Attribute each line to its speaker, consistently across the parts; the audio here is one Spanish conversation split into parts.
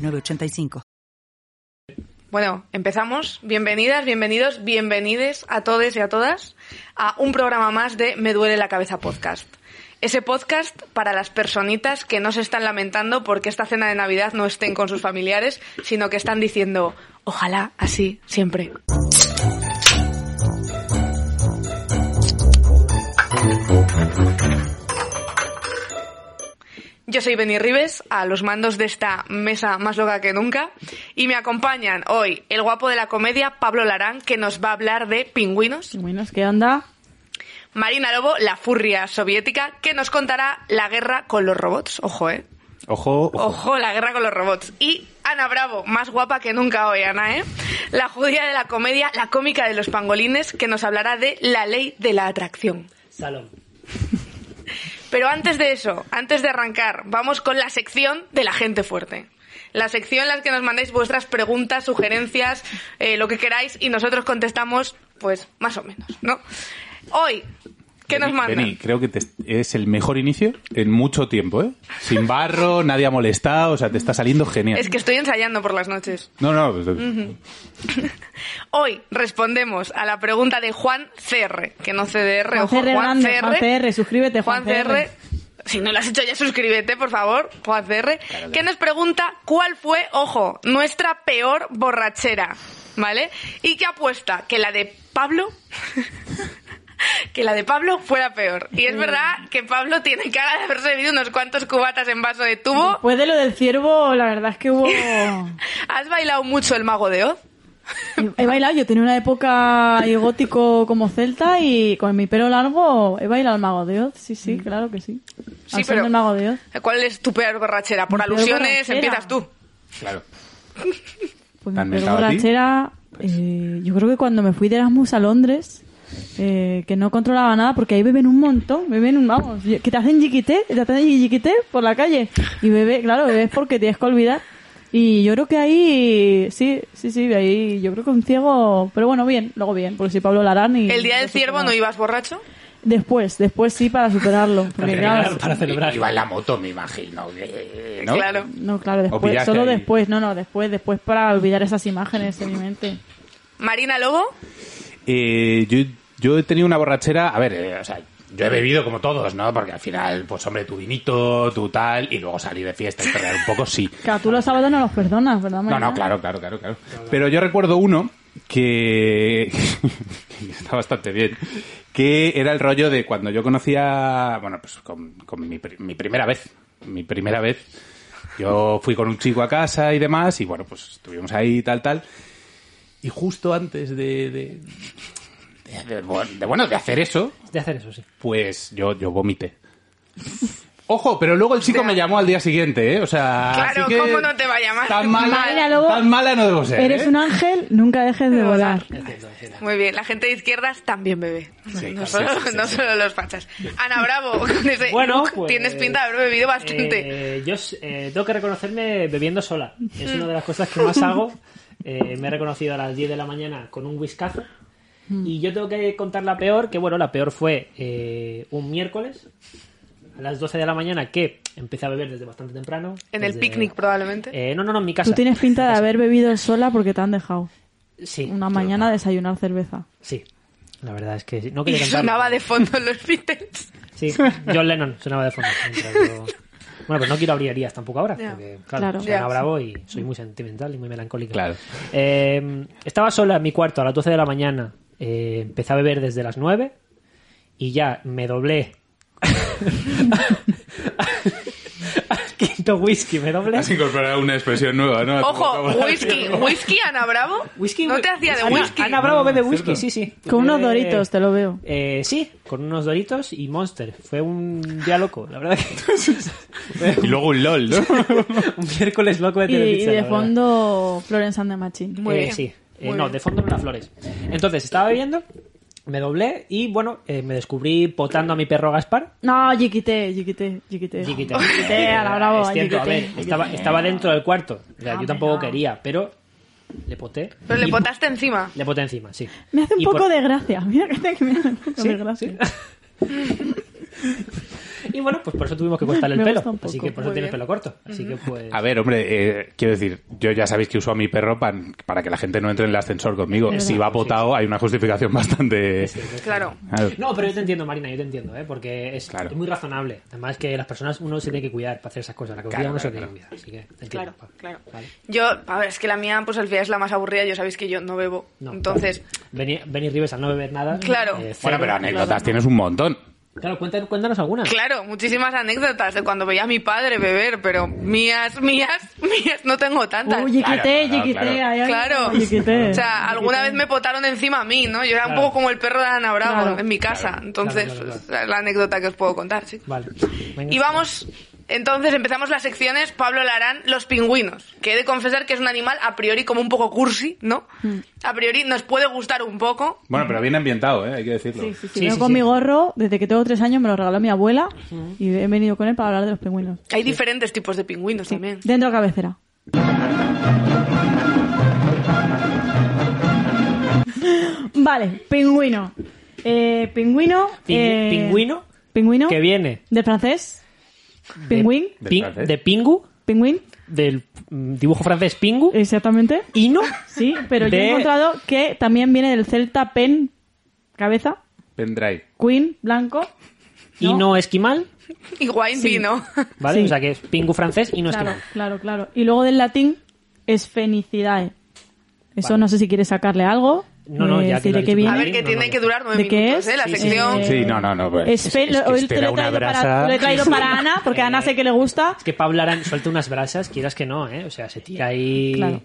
Speaker 1: 985.
Speaker 2: Bueno, empezamos. Bienvenidas, bienvenidos, bienvenides a todos y a todas a un programa más de Me duele la cabeza podcast. Ese podcast para las personitas que no se están lamentando porque esta cena de Navidad no estén con sus familiares, sino que están diciendo, ojalá así siempre. Yo soy Beni Rives, a los mandos de esta mesa más loca que nunca, y me acompañan hoy el guapo de la comedia, Pablo Larán, que nos va a hablar de pingüinos.
Speaker 3: Pingüinos, ¿qué onda?
Speaker 2: Marina Lobo, la furria soviética, que nos contará la guerra con los robots. Ojo, ¿eh?
Speaker 4: Ojo, ojo.
Speaker 2: Ojo, la guerra con los robots. Y Ana Bravo, más guapa que nunca hoy, Ana, ¿eh? La judía de la comedia, la cómica de los pangolines, que nos hablará de la ley de la atracción.
Speaker 5: Salón.
Speaker 2: Pero antes de eso, antes de arrancar, vamos con la sección de la gente fuerte. La sección en la que nos mandéis vuestras preguntas, sugerencias, eh, lo que queráis, y nosotros contestamos, pues, más o menos, ¿no? Hoy, ¿qué
Speaker 4: Beni,
Speaker 2: nos mandan?
Speaker 4: Beni, creo que te- es el mejor inicio en mucho tiempo, ¿eh? Sin barro, nadie ha molestado, o sea, te está saliendo genial.
Speaker 2: Es que estoy ensayando por las noches.
Speaker 4: No, no, pues,
Speaker 2: Hoy respondemos a la pregunta de Juan CR, que no CDR,
Speaker 3: Juan
Speaker 2: ojo,
Speaker 3: CR
Speaker 2: Juan
Speaker 3: Hernández,
Speaker 2: CR.
Speaker 3: Juan CR, suscríbete,
Speaker 2: Juan
Speaker 3: Juan
Speaker 2: CR.
Speaker 3: CR.
Speaker 2: Si no lo has hecho ya, suscríbete, por favor, Juan CR. Que nos pregunta cuál fue, ojo, nuestra peor borrachera, ¿vale? Y que apuesta que la de Pablo... Que la de Pablo fuera peor. Y es verdad que Pablo tiene cara de haber bebido unos cuantos cubatas en vaso de tubo.
Speaker 3: Después de lo del ciervo, la verdad es que hubo...
Speaker 2: ¿Has bailado mucho el mago de Oz?
Speaker 3: He bailado, yo tenía una época y gótico como celta y con mi pelo largo he bailado al Mago de Oz, sí, sí, claro que sí.
Speaker 2: Mm. Sí,
Speaker 3: Al son
Speaker 2: pero-
Speaker 3: del Mago de Oz.
Speaker 2: ¿Cuál es tu peor borrachera? Por
Speaker 3: Mi peor
Speaker 2: alusiones,
Speaker 3: borrachera.
Speaker 2: empiezas tú.
Speaker 4: claro.
Speaker 3: Pues
Speaker 4: ¿Te han
Speaker 3: mi peor
Speaker 4: mentado a ti? Pues.
Speaker 3: borrachera, eh, yo creo que cuando me fui de Erasmus a Londres, eh, que no controlaba nada, porque ahí beben un montón, beben un, vamos, que te hacen yiquité, te hacen yiquité por la calle. Y bebe, claro, bebes porque tienes que olvidar. Y yo creo que ahí, sí, sí, sí, ahí yo creo que un ciego, pero bueno, bien, luego bien, porque si Pablo Larán y...
Speaker 2: ¿El día del ciervo no ibas borracho?
Speaker 3: Después, después sí para superarlo. Porque claro,
Speaker 5: para celebrar.
Speaker 6: Iba en la moto, me imagino. eh,
Speaker 4: ¿No?
Speaker 2: Claro.
Speaker 3: no, claro, después,
Speaker 4: pillaste
Speaker 3: solo
Speaker 4: ahí.
Speaker 3: después, no, no, después, después para olvidar esas imágenes en mi mente.
Speaker 2: Marina Lobo,
Speaker 4: Eh, yo, yo he tenido una borrachera, a ver, eh,
Speaker 6: eh, o sea, yo he bebido como todos, ¿no? Porque al final, pues hombre, tu vinito, tu tal, y luego salir de fiesta y perder un poco, sí.
Speaker 3: Claro, tú los sábados no los perdonas, ¿verdad,
Speaker 4: No,
Speaker 3: Marina?
Speaker 4: no, claro, claro, claro, claro. Pero yo recuerdo uno que que está bastante bien, que era el rollo de cuando yo conocía, bueno, pues con, con mi, pri- mi primera vez, mi primera vez, yo fui con un chico a casa y demás, y bueno, pues estuvimos ahí tal, tal. Y justo antes de, de-
Speaker 6: De, de- de- bueno, de hacer
Speaker 4: hacer
Speaker 6: eso.
Speaker 4: eso,
Speaker 5: De hacer eso, sí.
Speaker 4: pues yo, yo vomité. Ojo, pero luego el chico me llamó al día siguiente, ¿eh? O sea,
Speaker 2: Claro,
Speaker 4: así que
Speaker 2: ¿cómo no te va a llamar?
Speaker 4: Tan mala,
Speaker 3: Mira, luego,
Speaker 4: tan mala no debo ser.
Speaker 3: Eres
Speaker 4: ¿eh?
Speaker 3: un ángel, nunca dejes de volar.
Speaker 2: muy bien. La gente de izquierdas también bebe.
Speaker 4: Sí,
Speaker 2: no
Speaker 4: claro,
Speaker 2: solo,
Speaker 4: sí, sí, sí,
Speaker 2: no
Speaker 4: sí.
Speaker 2: solo los fachas. Ana Bravo, con ese
Speaker 5: Bueno,
Speaker 2: look,
Speaker 5: pues,
Speaker 2: Eh, tienes pinta de haber bebido bastante. Mm.
Speaker 5: eh, yo eh, tengo que reconocerme bebiendo sola. Es una de las cosas que más hago. Eh, me he reconocido a las 10 de la mañana con un whiskazo.
Speaker 2: Mm.
Speaker 5: Y yo tengo que contar la peor, que bueno, la peor fue eh, un miércoles a las 12 de la mañana que empecé a beber desde bastante temprano.
Speaker 2: en el
Speaker 5: desde-
Speaker 2: picnic, probablemente.
Speaker 5: pues, Eh, no, no, no, en mi casa.
Speaker 3: Tú tienes pinta de haber bebido sola porque te han dejado
Speaker 5: Sí,
Speaker 3: una mañana a desayunar cerveza.
Speaker 5: sí. La verdad es que sí. no
Speaker 2: y
Speaker 5: quería cantarlo.
Speaker 2: sonaba de fondo los Beatles.
Speaker 5: Sí, John Lennon sonaba de fondo. mientras yo- Bueno, pues no quiero abrir heridas tampoco ahora,
Speaker 2: Ya.
Speaker 5: porque claro,
Speaker 3: Claro.
Speaker 5: soy Ana
Speaker 2: Ya.
Speaker 5: Bravo y soy muy sentimental y muy melancólica.
Speaker 4: Claro.
Speaker 5: Eh, estaba sola en mi cuarto a las 12 de la mañana. Eh, empecé a beber desde las 9 y ya me doblé Quinto whisky, ¿me dobles?
Speaker 4: Has incorporado una expresión nueva, ¿no? A tu
Speaker 2: Ojo,
Speaker 4: vocabulario.
Speaker 2: whisky, whisky Ana Bravo.
Speaker 5: Whisky,
Speaker 2: no te hacía de
Speaker 5: Ana-
Speaker 2: whisky.
Speaker 5: Ana, Bravo bebe
Speaker 4: cierto.
Speaker 5: whisky, sí, sí.
Speaker 3: Con unos
Speaker 5: Bebe-
Speaker 3: doritos, te lo veo.
Speaker 5: Eh, sí, con unos doritos y Monster. Fue un día loco, la verdad que
Speaker 4: Y luego un LOL, ¿no?
Speaker 5: un miércoles loco de
Speaker 3: Y, y
Speaker 5: Televisa. la
Speaker 3: de
Speaker 5: verdad.
Speaker 3: fondo, Florence and the Machine.
Speaker 2: Muy
Speaker 5: Eh,
Speaker 2: bien.
Speaker 5: Sí. Eh,
Speaker 2: Muy
Speaker 5: no,
Speaker 2: bien.
Speaker 5: de fondo eran las flores. Entonces, estaba bebiendo, me doblé y, bueno, eh, me descubrí potando a mi perro Gaspar.
Speaker 3: No, Jiquité, Jiquité, Jiquité.
Speaker 5: Chiquita.
Speaker 3: a la brava,
Speaker 5: Es cierto, a ver,
Speaker 3: chiquiteo.
Speaker 5: estaba, estaba dentro del cuarto. O sea, yo
Speaker 3: Hombre,
Speaker 5: tampoco
Speaker 3: no.
Speaker 5: quería, pero le poté.
Speaker 2: Pero le
Speaker 5: Y-
Speaker 2: potaste encima.
Speaker 5: Le poté encima, sí.
Speaker 3: Me hace un
Speaker 5: Y
Speaker 3: poco
Speaker 5: por-
Speaker 3: de gracia. Mira que te- que me hace un poco
Speaker 5: Sí,
Speaker 3: de gracia.
Speaker 5: Y bueno, pues por eso tuvimos que cortarle el
Speaker 3: Me
Speaker 5: pelo.
Speaker 3: gusta un poco,
Speaker 5: Así que por eso
Speaker 2: muy
Speaker 5: tiene el
Speaker 2: bien.
Speaker 5: pelo corto. Así que pues.
Speaker 4: A ver, hombre, eh, quiero decir, yo ya sabéis que uso a mi perro pan- para que la gente no entre en el ascensor conmigo. Si va potado, hay una justificación bastante...
Speaker 2: Claro.
Speaker 4: Claro.
Speaker 5: No, pero yo te entiendo, Marina, yo te entiendo, ¿eh? porque es,
Speaker 4: Claro.
Speaker 5: es muy razonable. Además, que las personas uno se tiene que cuidar para hacer esas cosas. La comida
Speaker 4: Claro,
Speaker 5: uno se
Speaker 4: claro,
Speaker 5: tiene que cuidar. Así que te entiendo.
Speaker 2: Claro,
Speaker 5: Pablo.
Speaker 2: claro.
Speaker 5: Vale.
Speaker 2: Yo, a ver, es que la mía, pues al final es la más aburrida. Yo sabéis que yo no bebo.
Speaker 5: No.
Speaker 2: Entonces,
Speaker 5: Benny, Benny Rives al no beber nada. eh,
Speaker 2: Claro.
Speaker 4: Bueno,
Speaker 5: cero.
Speaker 4: pero anécdotas tienes un montón.
Speaker 5: Claro, cuéntanos, cuéntanos alguna.
Speaker 2: claro, muchísimas anécdotas de cuando veía a mi padre beber, pero mías, mías, mías, no tengo tantas.
Speaker 3: Uh, Jiquité,
Speaker 4: Claro,
Speaker 3: Jiquité.
Speaker 4: claro.
Speaker 3: ahí, ahí,
Speaker 2: Claro.
Speaker 3: Jiquité.
Speaker 2: O sea, alguna vez me potaron encima a mí, ¿no? Yo era un
Speaker 5: Claro.
Speaker 2: poco como el perro de Ana Bravo
Speaker 3: Claro.
Speaker 2: en mi casa. Entonces,
Speaker 5: claro, claro,
Speaker 2: esa es la anécdota que os puedo contar, sí.
Speaker 5: Vale. Venga.
Speaker 2: Y vamos, entonces empezamos las secciones. Pablo Larán, los pingüinos. Que he de confesar que es un animal a priori como un poco cursi, ¿no?
Speaker 5: Mm.
Speaker 2: A priori nos puede gustar un poco.
Speaker 4: Bueno, pero bien ambientado, ¿eh? hay que decirlo.
Speaker 3: Sí, sí, sí.
Speaker 5: Sí,
Speaker 3: Yo
Speaker 5: sí,
Speaker 3: con
Speaker 5: sí.
Speaker 3: mi gorro, desde que tengo tres años, me lo regaló mi abuela y he venido con él para hablar de los pingüinos.
Speaker 2: Hay diferentes tipos de pingüinos también.
Speaker 3: Dentro cabecera. Vale, pingüino. Eh, pingüino.
Speaker 5: Pingü-
Speaker 3: eh,
Speaker 5: pingüino
Speaker 3: Pingüino.
Speaker 5: que viene
Speaker 3: De francés. Pingüín.
Speaker 4: Del
Speaker 5: de, pin-
Speaker 4: francés.
Speaker 5: de Pingu,
Speaker 3: Pingüín.
Speaker 5: del mm, dibujo francés Pingu,
Speaker 3: Exactamente.
Speaker 5: Ino,
Speaker 3: Sí, pero yo
Speaker 5: De-
Speaker 3: he encontrado que también viene del celta pen, cabeza,
Speaker 4: Pendrive.
Speaker 3: queen, blanco. ¿no?
Speaker 5: Ino esquimal,
Speaker 2: Y wine vino.
Speaker 5: ¿vale?
Speaker 3: Sí.
Speaker 5: O sea que es Pingu francés, Ino
Speaker 3: Claro,
Speaker 5: esquimal.
Speaker 3: claro, claro. Y luego del latín es fenicidad. Eso
Speaker 5: Vale.
Speaker 3: no sé si quieres sacarle algo.
Speaker 5: No, no,
Speaker 3: eh,
Speaker 5: ya que
Speaker 3: de
Speaker 5: lo has
Speaker 3: qué
Speaker 5: dicho tú.
Speaker 2: A
Speaker 3: viene.
Speaker 2: ver, que
Speaker 5: No,
Speaker 2: tiene
Speaker 5: no,
Speaker 2: que
Speaker 5: ya.
Speaker 2: durar nueve
Speaker 3: ¿De qué
Speaker 2: minutos,
Speaker 3: es?
Speaker 2: ¿eh? La
Speaker 3: Sí, sí.
Speaker 2: sección.
Speaker 4: Sí, no, no, no. pues,
Speaker 3: Es fe-
Speaker 4: es que
Speaker 3: lo- hoy
Speaker 4: este
Speaker 3: te
Speaker 4: era
Speaker 3: lo he
Speaker 4: una
Speaker 3: traído para,
Speaker 4: brasa.
Speaker 3: te lo he traído para Ana, porque a Ana sé que le gusta.
Speaker 5: Es que Pablo Arán suelta unas brasas, quieras que no, ¿eh? O sea, se tira ahí...
Speaker 3: Claro.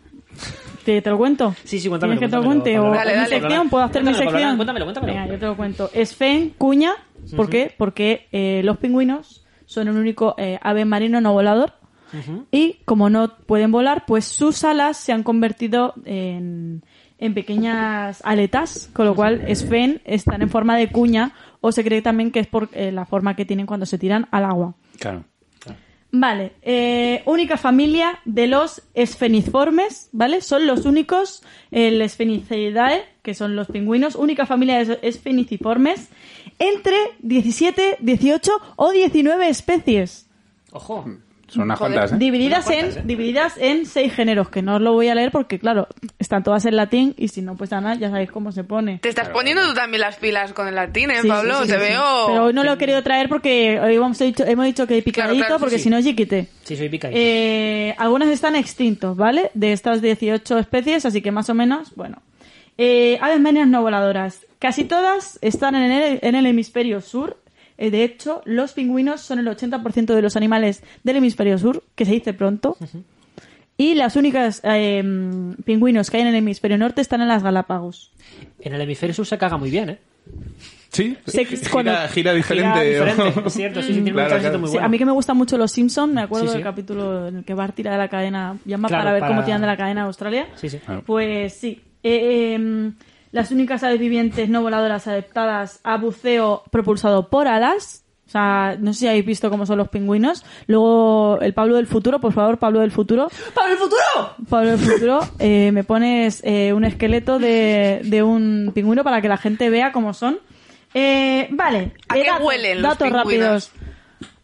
Speaker 3: ¿Te, te lo cuento?
Speaker 5: Sí, sí, cuéntamelo,
Speaker 3: ¿Quieres que te lo cuente?
Speaker 5: cuéntamelo, Pablo
Speaker 2: Arán.
Speaker 3: ¿O o
Speaker 2: Dale,
Speaker 3: mi
Speaker 2: dale.
Speaker 3: sección? ¿Puedo hacer mi
Speaker 5: Cuéntamelo, Pablo
Speaker 3: sección?
Speaker 5: Arán, cuéntamelo, cuéntamelo.
Speaker 3: Venga, yo te lo cuento. Esfen, cuña. ¿Por qué? Porque eh, los pingüinos son el único eh, ave marino no volador. Y como no pueden volar, pues sus alas se han convertido en, en pequeñas aletas, con lo cual esfen están en forma de cuña o se cree también que es por eh, la forma que tienen cuando se tiran al agua.
Speaker 4: Claro.
Speaker 3: Vale, eh, única familia de los esfeniformes, ¿vale? Son los únicos, el Esfenicidae, que son los pingüinos, única familia de esfeniciformes, entre 17, 18 o 19 especies,
Speaker 5: Ojo.
Speaker 4: Son unas
Speaker 2: Joder.
Speaker 4: cuantas, ¿eh?
Speaker 3: divididas,
Speaker 5: Unas cuantas,
Speaker 3: en,
Speaker 5: ¿eh?
Speaker 3: divididas en seis géneros, que no os lo voy a leer porque, claro, están todas en latín y si no, pues nada, ya sabéis cómo se pone.
Speaker 2: Te estás poniendo tú también las pilas con el latín, ¿eh,
Speaker 3: Sí,
Speaker 2: Pablo?
Speaker 3: sí, sí,
Speaker 2: Te
Speaker 3: sí.
Speaker 2: veo...
Speaker 3: Pero hoy no lo he querido traer porque hoy hemos dicho, hemos dicho que picadito,
Speaker 2: claro, sí,
Speaker 3: porque
Speaker 2: sí.
Speaker 3: si no, jiquite.
Speaker 5: Sí, soy pica.
Speaker 3: Eh, algunas están extintos, ¿vale? De estas 18 especies, así que más o menos, bueno. Eh, aves marinas no voladoras. Casi todas están en el, en el hemisferio sur. Eh, de hecho, los pingüinos son el 80% de los animales del hemisferio sur, que se dice pronto. Y las únicas eh, pingüinos que hay en el hemisferio norte están en las Galápagos.
Speaker 5: En el hemisferio sur se caga muy bien, ¿eh?
Speaker 4: Sí,
Speaker 3: Se-
Speaker 4: gira,
Speaker 3: cuando-
Speaker 4: gira diferente.
Speaker 5: Gira diferente, es cierto, sí, sí, tiene
Speaker 4: Claro,
Speaker 5: un tránsito
Speaker 4: claro.
Speaker 5: muy
Speaker 3: Sí,
Speaker 5: bueno.
Speaker 3: a mí que me gustan mucho los Simpsons, me acuerdo
Speaker 5: Sí, sí.
Speaker 3: del capítulo en el que Bart tira de la cadena, llama
Speaker 5: Claro,
Speaker 3: para ver cómo
Speaker 5: para-
Speaker 3: tiran de la cadena a Australia.
Speaker 5: Sí, sí.
Speaker 4: Claro.
Speaker 3: Pues sí. Eh, em, las únicas aves vivientes no voladoras adaptadas a buceo propulsado por alas. O sea, no sé si habéis visto cómo son los pingüinos. Luego, el Pablo del futuro, por favor, Pablo del futuro.
Speaker 5: ¡Pablo el futuro!
Speaker 3: Pablo del futuro, eh, me pones eh, un esqueleto de, de un pingüino para que la gente vea cómo son. Eh, vale.
Speaker 2: ¿A
Speaker 3: eh,
Speaker 2: qué huelen los
Speaker 3: datos
Speaker 2: pingüinos?
Speaker 3: rápidos.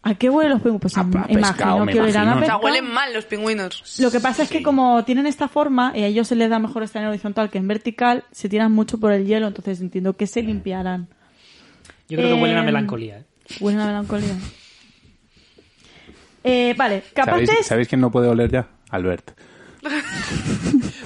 Speaker 3: ¿A qué huelen los pingüinos? Pues
Speaker 4: A- a
Speaker 3: imagino
Speaker 4: pescado, me
Speaker 3: que olerán a
Speaker 4: imagino.
Speaker 2: O sea,
Speaker 3: pescado.
Speaker 2: huelen mal los pingüinos.
Speaker 3: Lo que pasa es que como tienen esta forma, y a ellos se les da mejor estar en horizontal que en vertical, se tiran mucho por el hielo, entonces entiendo que se limpiarán.
Speaker 5: Yo creo que huelen a
Speaker 3: Em,
Speaker 5: melancolía, ¿eh?
Speaker 3: Huelen a melancolía. Eh, vale,
Speaker 4: ¿Sabéis,
Speaker 3: capaces...
Speaker 4: ¿Sabéis quién no puede oler ya? Albert.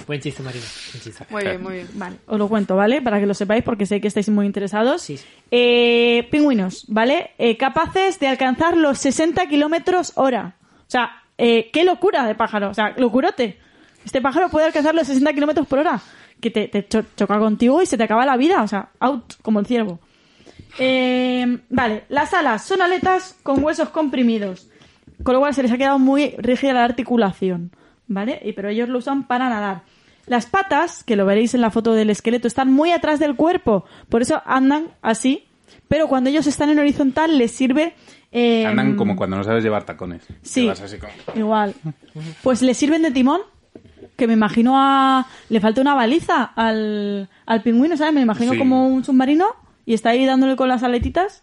Speaker 5: Buen chiste, Marina. Buen chiste.
Speaker 2: Muy bien, muy bien.
Speaker 3: Vale, os lo cuento, ¿vale? Para que lo sepáis porque sé que estáis muy interesados.
Speaker 5: Sí, sí.
Speaker 3: Eh, pingüinos, ¿vale? Eh, capaces de alcanzar los 60 kilómetros hora. O sea, eh, qué locura de pájaro, o sea, locurote. Este pájaro puede alcanzar los 60 kilómetros por hora, que te, te cho- choca contigo y se te acaba la vida, o sea, out, como el ciervo. Eh, vale, las alas son aletas con huesos comprimidos, con lo cual se les ha quedado muy rígida la articulación, ¿vale? Y, pero ellos lo usan para nadar. Las patas, que lo veréis en la foto del esqueleto, están muy atrás del cuerpo, por eso andan así, pero cuando ellos están en horizontal les sirve... eh,
Speaker 4: Andan como cuando no sabes llevar tacones.
Speaker 3: Sí.
Speaker 4: Que vas así como-
Speaker 3: Igual. Pues le sirven de timón, que me imagino a... Le falta una baliza al, al pingüino, ¿sabes? Me imagino
Speaker 4: Sí.
Speaker 3: como un submarino y está ahí dándole con las aletitas.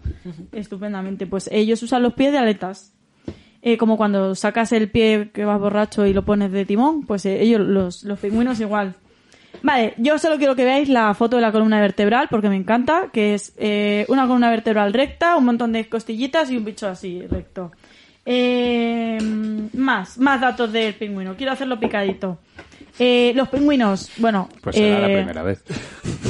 Speaker 3: Estupendamente. Pues ellos usan los pies de aletas. Eh, como cuando sacas el pie que vas borracho y lo pones de timón, pues eh, ellos, los, los pingüinos igual. Vale, yo solo quiero que veáis la foto de la columna vertebral porque me encanta, que es eh, una columna vertebral recta, un montón de costillitas y un bicho así recto. Eh, más, más datos del pingüino. Quiero hacerlo picadito. Eh, los pingüinos, bueno,
Speaker 4: Pues será la
Speaker 3: eh,
Speaker 4: primera vez.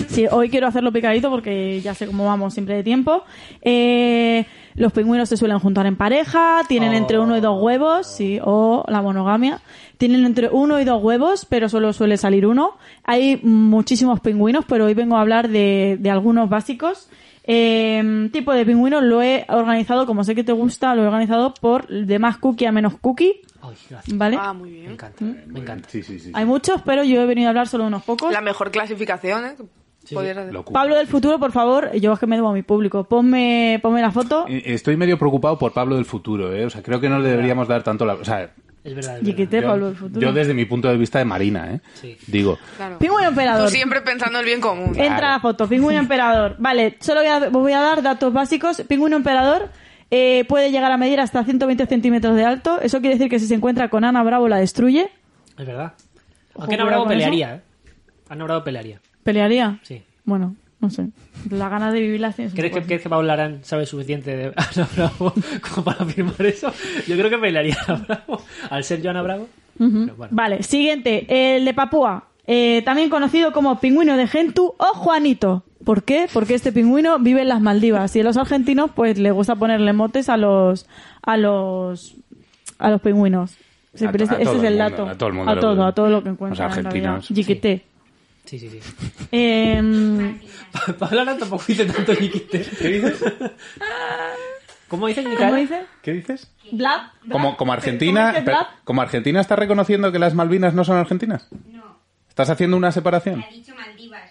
Speaker 3: Sí, hoy quiero hacerlo picadito porque ya sé cómo vamos siempre de tiempo. Eh, los pingüinos se suelen juntar en pareja, tienen entre uno y dos huevos, sí, o la monogamia. Tienen entre uno y dos huevos, pero solo suele salir uno. Hay muchísimos pingüinos, pero hoy vengo a hablar de, de algunos básicos. Eh, tipo de pingüino lo he organizado, como sé que te gusta, lo he organizado por de más cookie a menos cookie,
Speaker 5: Ay, gracias.
Speaker 3: ¿vale?
Speaker 2: Ah, muy
Speaker 5: Me
Speaker 2: bien.
Speaker 5: encanta, me encanta.
Speaker 4: Sí, sí, sí.
Speaker 3: Hay muchos, pero yo he venido a hablar solo de unos pocos.
Speaker 2: Pues La mejor clasificación, ¿eh? Podrías hacer.
Speaker 4: Locura.
Speaker 3: Pablo del futuro, por favor, yo es que me debo a mi público. Ponme, ponme la foto.
Speaker 4: Eh, Estoy medio preocupado por Pablo del futuro, ¿eh? O sea, creo que no le deberíamos dar tanto la... O sea,
Speaker 5: Es verdad, es
Speaker 3: Y que
Speaker 5: verdad.
Speaker 3: te- Pablo del futuro.
Speaker 4: yo desde mi punto de vista de Marina, ¿eh?
Speaker 5: Sí.
Speaker 4: Digo,
Speaker 2: Claro. Tú
Speaker 3: Pingüino emperador.
Speaker 2: siempre pensando en el bien común.
Speaker 3: Entra la foto, pingüino emperador. Vale, solo voy a, voy a dar datos básicos. Pingüino emperador eh, puede llegar a medir hasta 120 centímetros de alto. Eso quiere decir que si se encuentra con Ana Bravo la destruye.
Speaker 5: Es verdad.
Speaker 3: Ojo,
Speaker 5: Aunque Ana
Speaker 3: cuidado
Speaker 5: Bravo
Speaker 3: con
Speaker 5: pelearía, ¿eh? Ana Bravo pelearía,
Speaker 3: ¿Pelearía?
Speaker 5: sí.
Speaker 3: Bueno, no sé. La ganas de vivir la tienes.
Speaker 5: ¿Crees que, crees que Paula Arán sabe suficiente de Ana Bravo como para afirmar eso? Yo creo que pelearía a Ana Bravo. Al ser yo Ana Bravo. pero bueno.
Speaker 3: Vale, siguiente, el de Papúa, eh, también conocido como pingüino de Gentú o Juanito. ¿Por qué? Porque este pingüino vive en las Maldivas y a los argentinos pues les gusta ponerle motes a los a los a los pingüinos. Sí,
Speaker 4: A
Speaker 3: pero
Speaker 4: to-
Speaker 3: ese,
Speaker 4: a todo
Speaker 3: ese es
Speaker 4: el
Speaker 3: el
Speaker 4: mundo,
Speaker 3: dato.
Speaker 4: a todo el mundo
Speaker 3: A
Speaker 4: lo-
Speaker 3: todo, a todo lo que
Speaker 4: los
Speaker 3: encuentran. en
Speaker 4: argentinos.
Speaker 3: realidad. Yiquité.
Speaker 5: Sí, sí, sí.
Speaker 3: Em,
Speaker 5: Pa- Paula Arán tampoco dice tanto niquite. ¿Qué dices? ¿Cómo dices, Micaela?
Speaker 3: ¿Cómo dice?
Speaker 4: ¿qué dices?
Speaker 3: Blab, blab.
Speaker 4: Como, como
Speaker 3: ¿Cómo
Speaker 4: Argentina,
Speaker 3: dice
Speaker 4: pero-
Speaker 3: blab?
Speaker 4: como Argentina está reconociendo que las Malvinas no son argentinas.
Speaker 7: No,
Speaker 4: ¿Estás haciendo una separación?
Speaker 7: ha dicho Maldivas.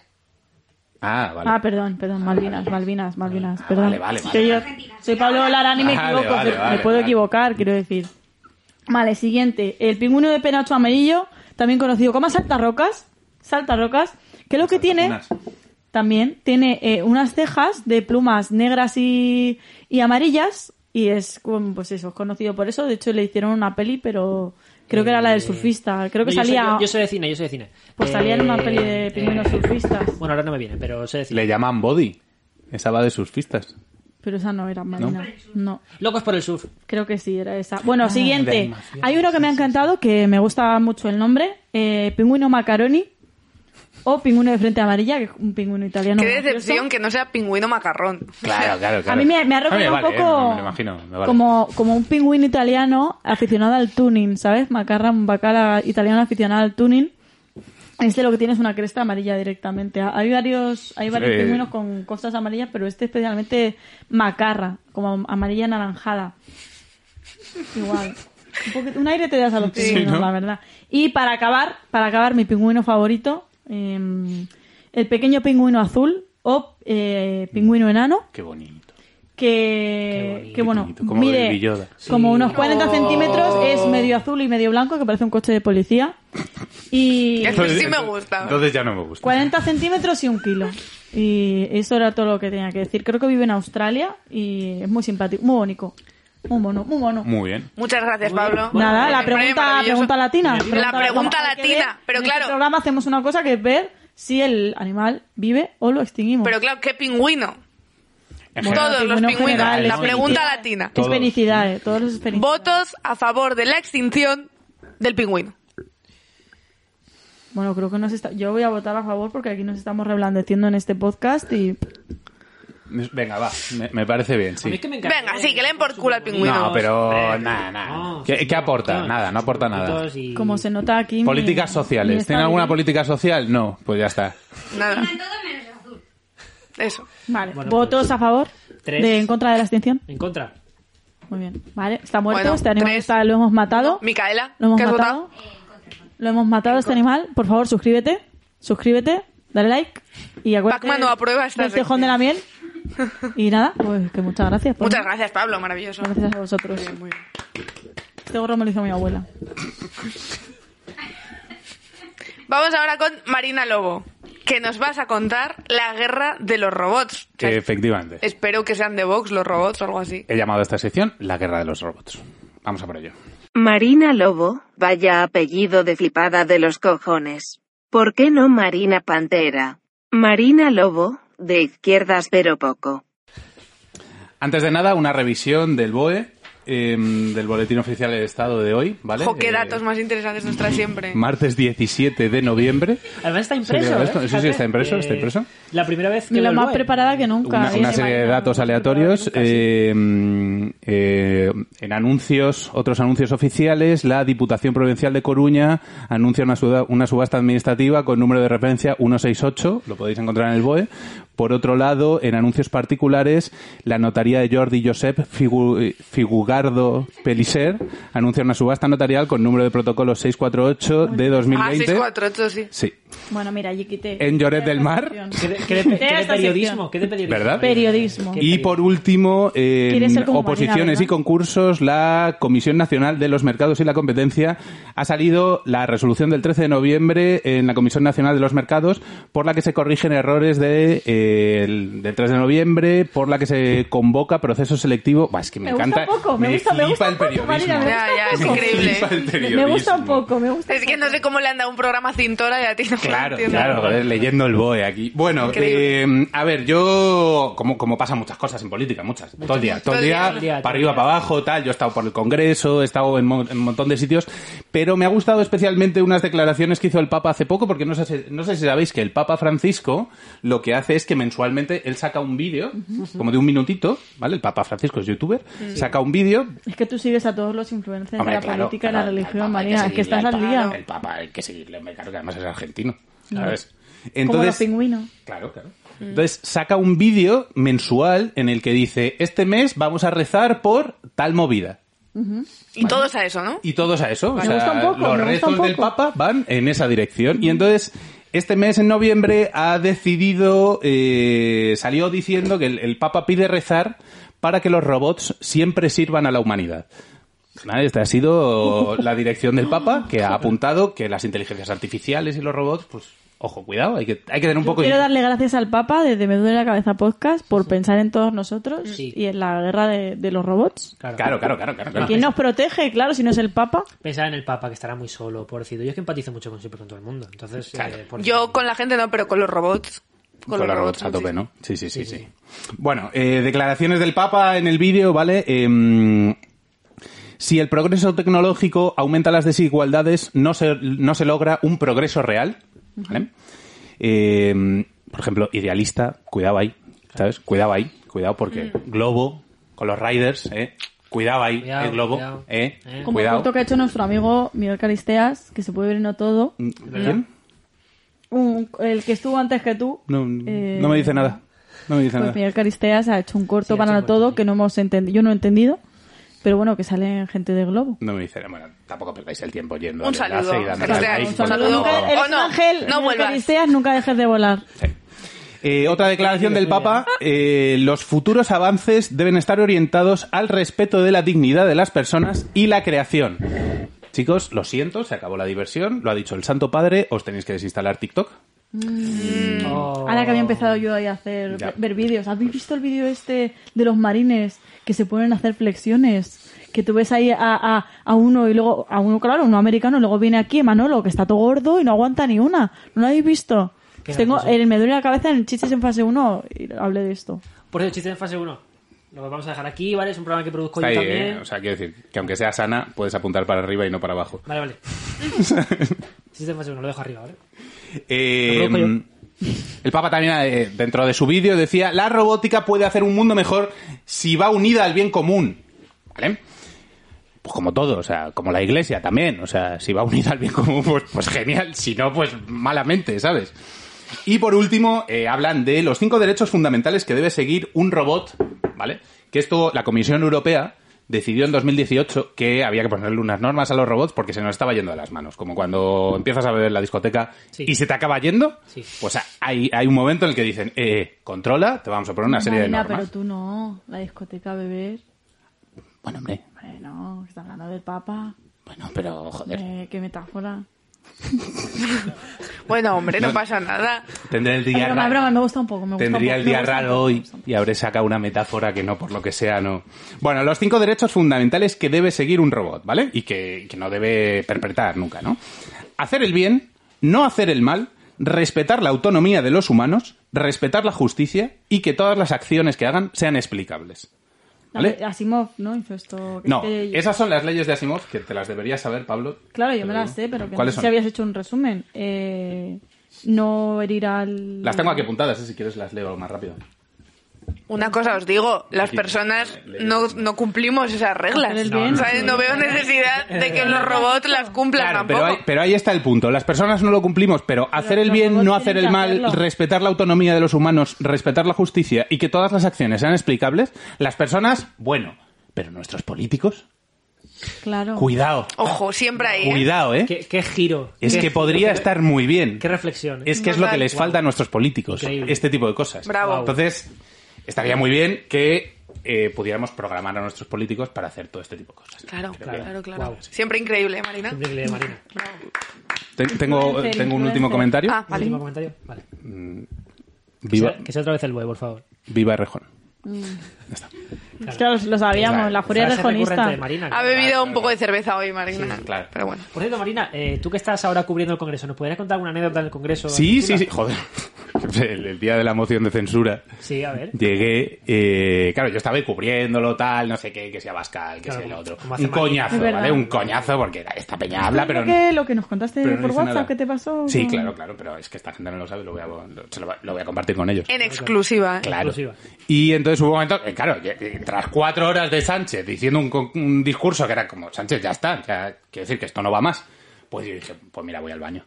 Speaker 4: Ah, vale.
Speaker 3: Eh. Ah, perdón, perdón, Malvinas, Malvinas, Malvinas,
Speaker 4: Ah,
Speaker 3: perdón.
Speaker 4: vale, vale, vale.
Speaker 3: Que yo soy Pablo Larán y me
Speaker 4: Vale,
Speaker 3: equivoco,
Speaker 4: vale,
Speaker 3: me
Speaker 4: vale,
Speaker 3: puedo
Speaker 4: vale.
Speaker 3: equivocar, quiero decir. Vale, siguiente. El pingüino de penacho amarillo, también conocido como saltarrocas, saltarrocas, que lo que tiene
Speaker 4: Unas.
Speaker 3: también tiene eh, unas cejas de plumas negras y, y amarillas y es como, pues eso, es conocido por eso. De hecho le hicieron una peli, pero creo que era la del
Speaker 5: Eh,
Speaker 3: surfista. Creo que
Speaker 5: no, yo soy-
Speaker 3: salía,
Speaker 5: Yo, yo soy de cine, yo soy de cine.
Speaker 3: pues salía en una
Speaker 5: Eh,
Speaker 3: peli de pingüinos
Speaker 5: eh,
Speaker 3: surfistas,
Speaker 5: Bueno, ahora no me viene, pero sé de cine.
Speaker 4: Le llaman Body. Esa va de sus fistas.
Speaker 3: pero esa no era Marina. no.
Speaker 5: Locos por el surf.
Speaker 3: Creo que sí, era esa. Bueno, siguiente. Hay uno que me ha encantado, que me gusta mucho el nombre, eh, pingüino macaroni o pingüino de frente amarilla, que es un pingüino italiano.
Speaker 2: Qué
Speaker 3: gracioso.
Speaker 2: decepción que no sea pingüino macarrón.
Speaker 4: Claro, claro,
Speaker 3: A mí me, me ha
Speaker 4: A mí me
Speaker 3: recordado
Speaker 4: vale,
Speaker 3: un poco
Speaker 4: eh, me lo imagino, me vale.
Speaker 3: como, como un pingüino italiano aficionado al tuning, ¿sabes? Macarra, un bacara italiano aficionado al tuning. Este lo que tiene es una cresta amarilla directamente. Hay varios, hay varios
Speaker 4: Eh.
Speaker 3: pingüinos con costas amarillas, pero este especialmente macarra, como amarilla anaranjada. Igual. Un, poquito- un aire te das a los pingüinos,
Speaker 4: ¿no?
Speaker 3: la verdad. Y para acabar, para acabar, mi pingüino favorito, eh, el pequeño pingüino azul o eh, pingüino enano
Speaker 4: Qué bonito.
Speaker 3: que, que bueno,
Speaker 4: bonito, como
Speaker 3: mire,
Speaker 4: Baby Yoda.
Speaker 3: como
Speaker 5: Sí.
Speaker 3: unos 40 centímetros, es medio azul y medio blanco, que parece un coche de policía. Y
Speaker 2: Eso sí me gusta.
Speaker 4: Entonces ya no me gusta.
Speaker 3: 40 centímetros y un kilo. Y eso era todo lo que tenía que decir. Creo que vive en Australia y es muy simpático, muy bonito. Muy mono, muy mono.
Speaker 4: Muy bien.
Speaker 2: Muchas gracias, Pablo.
Speaker 3: Nada, la
Speaker 2: Hombre,
Speaker 3: pregunta,
Speaker 2: maravilloso.
Speaker 3: pregunta latina.
Speaker 2: La pregunta
Speaker 3: vamos a ver qué
Speaker 2: latina,
Speaker 3: ve.
Speaker 2: pero
Speaker 3: en
Speaker 2: claro.
Speaker 3: este programa hacemos una cosa que es ver si el animal vive o lo extinguimos.
Speaker 2: Pero claro, ¿qué pingüino?
Speaker 4: En
Speaker 3: Bueno,
Speaker 4: general,
Speaker 2: Todos los
Speaker 3: pingüino
Speaker 2: pingüinos.
Speaker 3: general,
Speaker 2: la
Speaker 3: es
Speaker 2: pregunta
Speaker 3: felicidad.
Speaker 2: latina.
Speaker 3: Es
Speaker 4: Todos.
Speaker 3: felicidades, eh, todos los felicidades.
Speaker 2: Votos a favor de la extinción del pingüino.
Speaker 3: Bueno, creo que nos está... Yo voy a votar a favor porque aquí nos estamos reblandeciendo en este podcast y...
Speaker 4: Venga, va, me, me parece bien,
Speaker 5: A mí
Speaker 4: sí.
Speaker 5: es que me encanta.
Speaker 3: eh,
Speaker 2: Venga, sí, que le den por culo al pingüino.
Speaker 4: No, pero
Speaker 5: Hombre,
Speaker 4: nada, nada.
Speaker 5: no,
Speaker 4: ¿Qué,
Speaker 5: sí,
Speaker 4: qué
Speaker 5: no,
Speaker 4: aporta?
Speaker 5: no,
Speaker 4: nada, no aporta nada.
Speaker 5: puntos y-
Speaker 3: Como se nota aquí. mi-
Speaker 4: Políticas
Speaker 3: mi
Speaker 4: sociales. ¿Tiene alguna
Speaker 3: estabilidad.
Speaker 4: política social? No, pues ya está.
Speaker 2: Nada,
Speaker 7: Tienen todo menos azul.
Speaker 2: eso.
Speaker 3: Vale.
Speaker 5: Bueno,
Speaker 3: ¿Votos
Speaker 5: pues,
Speaker 3: a favor?
Speaker 5: tres.
Speaker 3: De, ¿En contra de la extinción?
Speaker 5: En contra.
Speaker 3: Muy bien. Vale. Está muerto,
Speaker 2: Bueno,
Speaker 3: este animal
Speaker 2: tres.
Speaker 3: está- lo hemos matado.
Speaker 2: Micaela,
Speaker 3: Lo hemos
Speaker 2: ¿qué has
Speaker 3: matado.
Speaker 2: votado?
Speaker 3: Lo hemos matado a este animal. Por favor, suscríbete. Suscríbete. Dale like. Y acuérdate
Speaker 2: Pac-Man no aprueba esta
Speaker 3: del
Speaker 2: sección.
Speaker 3: tejón de la miel. Y nada, pues que muchas gracias. por-
Speaker 2: Muchas gracias, Pablo, maravilloso.
Speaker 3: Gracias a vosotros.
Speaker 2: Muy bien, muy bien.
Speaker 3: Este gorro me lo hizo mi abuela.
Speaker 2: Vamos ahora con Marina Lobo, que nos vas a contar la guerra de los robots. O sea,
Speaker 4: Efectivamente.
Speaker 2: Espero que sean de Vox los robots o algo así.
Speaker 4: He llamado a esta sección la guerra de los robots. Vamos a por ello.
Speaker 8: Marina Lobo, vaya apellido de flipada de los cojones. ¿Por qué no Marina Pantera? Marina Lobo, de izquierdas pero poco.
Speaker 4: Antes de nada, una revisión del BOE, em, del Boletín Oficial del Estado de hoy, ¿vale?
Speaker 2: Jo, qué
Speaker 4: Eh,
Speaker 2: datos más interesantes nos trae siempre.
Speaker 4: Martes 17 de noviembre.
Speaker 5: Además está
Speaker 4: Sí,
Speaker 5: impreso.
Speaker 4: ¿verdad?
Speaker 5: ¿eh?
Speaker 4: Esto- sí, sí,
Speaker 5: Fíjate.
Speaker 4: está impreso, está impreso.
Speaker 5: La primera vez que
Speaker 3: Y lo
Speaker 5: veo el
Speaker 3: más
Speaker 5: BOE.
Speaker 3: preparada que nunca.
Speaker 4: Una,
Speaker 3: ¿eh?
Speaker 4: una serie de
Speaker 3: Marina,
Speaker 4: datos
Speaker 3: más preparada
Speaker 4: aleatorios.
Speaker 3: que nunca, sí.
Speaker 4: eh, eh, en anuncios, otros anuncios oficiales, la Diputación Provincial de Coruña anuncia una, suda- una subasta administrativa con número de referencia 168, lo podéis encontrar en el BOE. Por otro lado, en anuncios particulares, la notaría de Jordi Josep Figu- eh, Figugardo Pelicer anuncia una subasta notarial con número de protocolo 648 de
Speaker 2: Ah,
Speaker 4: 2020.
Speaker 2: 648, sí.
Speaker 4: Sí,
Speaker 3: Bueno, mira, allí quité.
Speaker 4: en Lloret del Mar.
Speaker 5: ¿Qué de, qué de- qué de
Speaker 3: Esta sección.
Speaker 5: periodismo? ¿Qué de periodismo?
Speaker 4: ¿Verdad?
Speaker 3: Periodismo.
Speaker 5: Qué
Speaker 4: Y por último, en
Speaker 3: Quiere ser como Marina,
Speaker 4: oposiciones
Speaker 3: ¿verdad?
Speaker 4: y concursos, la Comisión Nacional de los Mercados y la Competencia ha salido la resolución del 13 de noviembre en la Comisión Nacional de los Mercados por la que se corrigen errores de, eh, el- del 3 de noviembre, por la que se convoca proceso selectivo. Buah, es que me,
Speaker 3: Me gusta
Speaker 4: encanta.
Speaker 3: un poco, me gusta- me
Speaker 4: flipa
Speaker 3: gusta
Speaker 4: el
Speaker 3: un poco,
Speaker 4: periodismo.
Speaker 3: Marina, me
Speaker 2: Ya, ya, es increíble.
Speaker 4: flipa el
Speaker 3: Me- Me gusta un
Speaker 4: periodismo.
Speaker 3: poco, me gusta.
Speaker 2: Es que no sé cómo le han dado un programa a Cintora y a ti no
Speaker 4: Claro,
Speaker 2: entiendo.
Speaker 4: claro, joder, leyendo el BOE aquí. Bueno,
Speaker 2: Increíble.
Speaker 4: eh, a ver, yo, como, como pasa muchas cosas en política, muchas, todo el día, todo el día,
Speaker 5: Todo el día, todo
Speaker 4: para
Speaker 5: el
Speaker 4: arriba,
Speaker 5: día.
Speaker 4: para abajo, tal, yo he estado por el Congreso, he estado en, mo- en un montón de sitios, pero me ha gustado especialmente unas declaraciones que hizo el Papa hace poco, porque no sé, si- no sé si sabéis que el Papa Francisco lo que hace es que mensualmente él saca un vídeo, como de un minutito, ¿vale? El Papa Francisco es youtuber, saca un vídeo
Speaker 3: Es que tú sigues a todos los influencers
Speaker 4: Hombre,
Speaker 3: de la
Speaker 4: claro,
Speaker 3: política y
Speaker 4: claro,
Speaker 3: la
Speaker 4: al
Speaker 3: religión,
Speaker 4: Papa hay
Speaker 3: Marina. Es que
Speaker 4: seguirle,
Speaker 3: estás al día.
Speaker 4: El Papa hay que seguirle, hombre, claro, que además es argentino,
Speaker 3: Claro.
Speaker 4: ¿sabes?
Speaker 3: Como los
Speaker 4: Entonces,
Speaker 3: pingüinos.
Speaker 4: Claro, claro.
Speaker 3: Mm.
Speaker 4: Entonces saca un vídeo mensual en el que dice, este mes vamos a rezar por tal movida.
Speaker 2: Y todos a eso, ¿no?
Speaker 4: Y todos a eso.
Speaker 3: Me
Speaker 4: o sea,
Speaker 3: gusta un poco,
Speaker 4: los
Speaker 3: me gusta
Speaker 4: rezos
Speaker 3: un poco. Mm.
Speaker 4: del Papa van en esa dirección. Y entonces, este mes, en noviembre, ha decidido, eh, salió diciendo que el, el Papa pide rezar para que los robots siempre sirvan a la humanidad. ¿Vale? Esta ha sido la dirección del Papa, que ha apuntado que las inteligencias artificiales y los robots, pues, ojo, cuidado, hay que, hay que tener un
Speaker 3: Yo
Speaker 4: poco de...
Speaker 3: quiero darle gracias al Papa desde Me Duele la Cabeza Podcast por pensar en todos nosotros
Speaker 5: Sí.
Speaker 3: y en la guerra de, de los robots.
Speaker 4: Claro, claro, claro, claro. claro.
Speaker 3: ¿Quién nos protege? Claro, si no es el Papa.
Speaker 5: Pensaba en el Papa, que estará muy solo, pobrecito. Yo es que empatizo mucho con siempre con todo el mundo. Entonces,
Speaker 4: Claro.
Speaker 5: eh, por-
Speaker 2: Yo con la gente no, pero con los robots. Con, los robots,
Speaker 4: a tope,
Speaker 2: muchísimo.
Speaker 4: ¿no? Sí, sí, sí,
Speaker 5: Sí,
Speaker 4: sí. Bueno, eh, declaraciones del Papa en el vídeo, ¿vale? Em, si el progreso tecnológico aumenta las desigualdades, no se, no se logra un progreso real, ¿vale? Em, por ejemplo, idealista, cuidado ahí, ¿sabes? Cuidado ahí, cuidado porque Globo, con los Riders, ¿eh? Cuidado ahí,
Speaker 5: Cuidado,
Speaker 4: el Globo,
Speaker 5: cuidado.
Speaker 4: ¿eh?
Speaker 5: Eh.
Speaker 3: Como el
Speaker 4: Cuidado.
Speaker 3: corto que ha hecho nuestro amigo Miguel Caristeas, que se puede ver en no todo.
Speaker 4: Mm. ¿Quién?
Speaker 3: Un- el que estuvo antes que tú.
Speaker 4: No,
Speaker 3: eh,
Speaker 4: no me dice nada. No me dice
Speaker 3: Pues
Speaker 4: nada.
Speaker 3: Miguel Caristeas ha hecho un corto
Speaker 5: Sí, ha
Speaker 3: para
Speaker 5: hecho
Speaker 3: no
Speaker 5: un corto,
Speaker 3: todo
Speaker 5: sí.
Speaker 3: que no hemos entendido. Yo no he entendido. Pero bueno, que sale gente de globo.
Speaker 4: No me dicen, bueno, tampoco perdáis el tiempo yendo
Speaker 2: Un
Speaker 4: al enlace
Speaker 2: saludo.
Speaker 4: y dando
Speaker 2: Que
Speaker 4: al
Speaker 2: sea,
Speaker 4: like,
Speaker 2: un
Speaker 4: por
Speaker 2: saludo.
Speaker 4: favor.
Speaker 3: Nunca, eres
Speaker 2: Oh,
Speaker 3: un
Speaker 2: no.
Speaker 3: ángel,
Speaker 2: No
Speaker 3: Miguel
Speaker 2: vuelvas.
Speaker 3: Caristeas, nunca dejes de volar.
Speaker 4: Eh, otra declaración del Papa, eh, los futuros avances deben estar orientados al respeto de la dignidad de las personas y la creación. Chicos, lo siento, se acabó la diversión, lo ha dicho el Santo Padre, os tenéis que desinstalar TikTok.
Speaker 5: Oh.
Speaker 3: Ahora que había empezado yo ahí a hacer
Speaker 4: Ya.
Speaker 3: ver vídeos, ¿habéis visto el vídeo este de los marines que se ponen a hacer flexiones? Que tú ves ahí a, a, a uno y luego, a uno, claro, uno americano, y luego viene aquí Manolo, que está todo gordo y no aguanta ni una. ¿No lo habéis visto?
Speaker 5: Qué
Speaker 3: Tengo,
Speaker 5: gracioso.
Speaker 3: el, me duele la cabeza en chistes en fase 1 y hablé de esto.
Speaker 5: Por cierto, chiste en fase 1. Lo vamos a dejar aquí, ¿vale? Es un programa que produzco
Speaker 4: Está ahí,
Speaker 5: yo también.
Speaker 4: eh, O sea, quiero decir, que aunque sea sana, puedes apuntar para arriba y no para abajo.
Speaker 5: Vale, vale. chiste en fase 1, lo dejo arriba, ¿vale?
Speaker 4: Eh,
Speaker 5: Lo produzco
Speaker 4: El Papa también, eh, dentro de su vídeo, decía, la robótica puede hacer un mundo mejor si va unida al bien común. ¿Vale? Pues como todo, o sea, como la iglesia también, o sea, si va unida al bien común, pues, pues genial, si no, pues malamente, ¿sabes? Y por último, eh, hablan de los cinco derechos fundamentales que debe seguir un robot, ¿vale? Que esto, la Comisión Europea decidió en 2018 que había que ponerle unas normas a los robots porque se nos estaba yendo de las manos. Como cuando empiezas a beber en la discoteca
Speaker 5: Sí.
Speaker 4: y se te acaba yendo,
Speaker 5: Sí.
Speaker 4: pues hay, hay un momento en el que dicen, eh, controla, te vamos a poner una serie de
Speaker 3: Marina,
Speaker 4: normas.
Speaker 3: pero tú no. La discoteca beber.
Speaker 4: Bueno, hombre,
Speaker 3: Hombre, no. Está hablando del Papa.
Speaker 4: bueno, pero joder.
Speaker 3: Eh, qué metáfora.
Speaker 2: Bueno, hombre, no, pasa nada.
Speaker 4: Tendré el día
Speaker 3: Es broma, es
Speaker 4: raro.
Speaker 3: broma, me gusta un poco. Me gusta
Speaker 4: Tendría
Speaker 3: un poco,
Speaker 4: el
Speaker 3: me
Speaker 4: día
Speaker 3: gusta un
Speaker 4: raro
Speaker 3: poco, me
Speaker 4: hoy
Speaker 3: gusta un poco.
Speaker 4: y habré sacado una metáfora que no, por lo que sea, no. Bueno, los cinco derechos fundamentales que debe seguir un robot, ¿vale? Y que, que no debe perpetrar nunca, ¿no? Hacer el bien, no hacer el mal, respetar la autonomía de los humanos, respetar la justicia y que todas las acciones que hagan sean explicables. ¿Vale?
Speaker 3: La- Asimov, ¿no? Hizo esto. que
Speaker 4: No,
Speaker 3: te-
Speaker 4: esas son las leyes de Asimov que te las deberías saber, Pablo.
Speaker 3: Este, Claro,
Speaker 4: Te
Speaker 3: yo
Speaker 4: lo
Speaker 3: me las
Speaker 4: digo.
Speaker 3: sé, pero que no
Speaker 4: ¿Cuáles
Speaker 3: sé si
Speaker 4: son?
Speaker 3: habías hecho un resumen. Eh, no herir al...
Speaker 4: Las tengo aquí apuntadas, eh, si quieres las leo más rápido.
Speaker 2: Una cosa os digo, las
Speaker 4: Aquí.
Speaker 2: personas no, no cumplimos esas reglas.
Speaker 3: Hacer el
Speaker 2: No,
Speaker 3: bien.
Speaker 2: ¿sabes? no veo necesidad de que los robots las cumplan
Speaker 4: Claro,
Speaker 2: tampoco.
Speaker 4: pero ahí, pero ahí está el punto. Las personas no lo cumplimos, pero hacer el
Speaker 3: los
Speaker 4: bien,
Speaker 3: robots
Speaker 4: no hacer
Speaker 3: tienen
Speaker 4: el
Speaker 3: que
Speaker 4: mal,
Speaker 3: hacerlo.
Speaker 4: respetar la autonomía de los humanos, respetar la justicia y que todas las acciones sean explicables, las personas, bueno, pero nuestros políticos,
Speaker 3: Claro.
Speaker 4: cuidado,
Speaker 2: Ojo, siempre ahí. ¿eh?
Speaker 4: cuidado, ¿eh?
Speaker 5: ¿Qué, qué giro.
Speaker 4: Es
Speaker 5: qué
Speaker 4: que
Speaker 5: giro,
Speaker 4: podría
Speaker 5: qué-
Speaker 4: estar muy bien.
Speaker 5: Qué reflexión. ¿eh?
Speaker 4: Es que es lo que
Speaker 2: Total.
Speaker 4: les falta a nuestros políticos,
Speaker 5: Increíble.
Speaker 4: este tipo de cosas.
Speaker 2: Bravo.
Speaker 4: Entonces, estaría muy bien que eh, pudiéramos programar a nuestros políticos para hacer todo este tipo de cosas.
Speaker 2: Claro, claro, claro.
Speaker 5: Guau.
Speaker 2: Siempre increíble, ¿eh, Marina.
Speaker 5: Siempre que lee Marina.
Speaker 4: Te- Tengo,
Speaker 3: Influencer,
Speaker 4: tengo un último
Speaker 3: influencer.
Speaker 4: comentario.
Speaker 2: Ah, vale.
Speaker 5: Último comentario. Vale. Que
Speaker 4: Viva,
Speaker 5: sea- Que sea otra vez el bue, por favor.
Speaker 4: viva Rejón.
Speaker 3: Es que lo- lo sabíamos,
Speaker 4: Claro.
Speaker 3: la furia
Speaker 5: Frase recurrente
Speaker 3: rejonista.
Speaker 5: de Marina.
Speaker 2: Ha bebido un poco de cerveza hoy, Marina.
Speaker 4: Sí, claro.
Speaker 2: Pero bueno.
Speaker 5: Por cierto, Marina, eh, tú que estás ahora cubriendo el Congreso, ¿nos podrías contar alguna anécdota del Congreso?
Speaker 4: Sí, sí,
Speaker 5: Arturo?
Speaker 4: sí, joder. El, el día de la moción de censura
Speaker 5: Sí, a ver.
Speaker 4: llegué, eh, claro, yo estaba ahí cubriéndolo, tal, no sé qué, que sea Bascal, que
Speaker 5: Claro,
Speaker 4: sea el otro.
Speaker 5: como hace
Speaker 4: Un
Speaker 5: Marina.
Speaker 4: coñazo,
Speaker 3: Es verdad.
Speaker 4: ¿vale? Un coñazo, porque esta peña habla, pero
Speaker 3: Creo que lo que nos contaste
Speaker 4: pero no
Speaker 3: por
Speaker 4: hizo
Speaker 3: WhatsApp,
Speaker 4: nada.
Speaker 3: ¿qué te pasó?
Speaker 4: Sí,
Speaker 3: No.
Speaker 4: claro, claro, pero es que esta gente no lo sabe, lo voy a, lo- se lo va- lo voy a compartir con ellos.
Speaker 2: En exclusiva. ¿eh?
Speaker 4: Claro.
Speaker 5: Exclusiva.
Speaker 4: Y entonces hubo un momento, eh, claro, ya- eh, tras cuatro horas de Sánchez diciendo un, co- un discurso que era como, Sánchez, ya está, ya, quiero decir que esto no va más, pues yo dije, pues mira, voy al baño,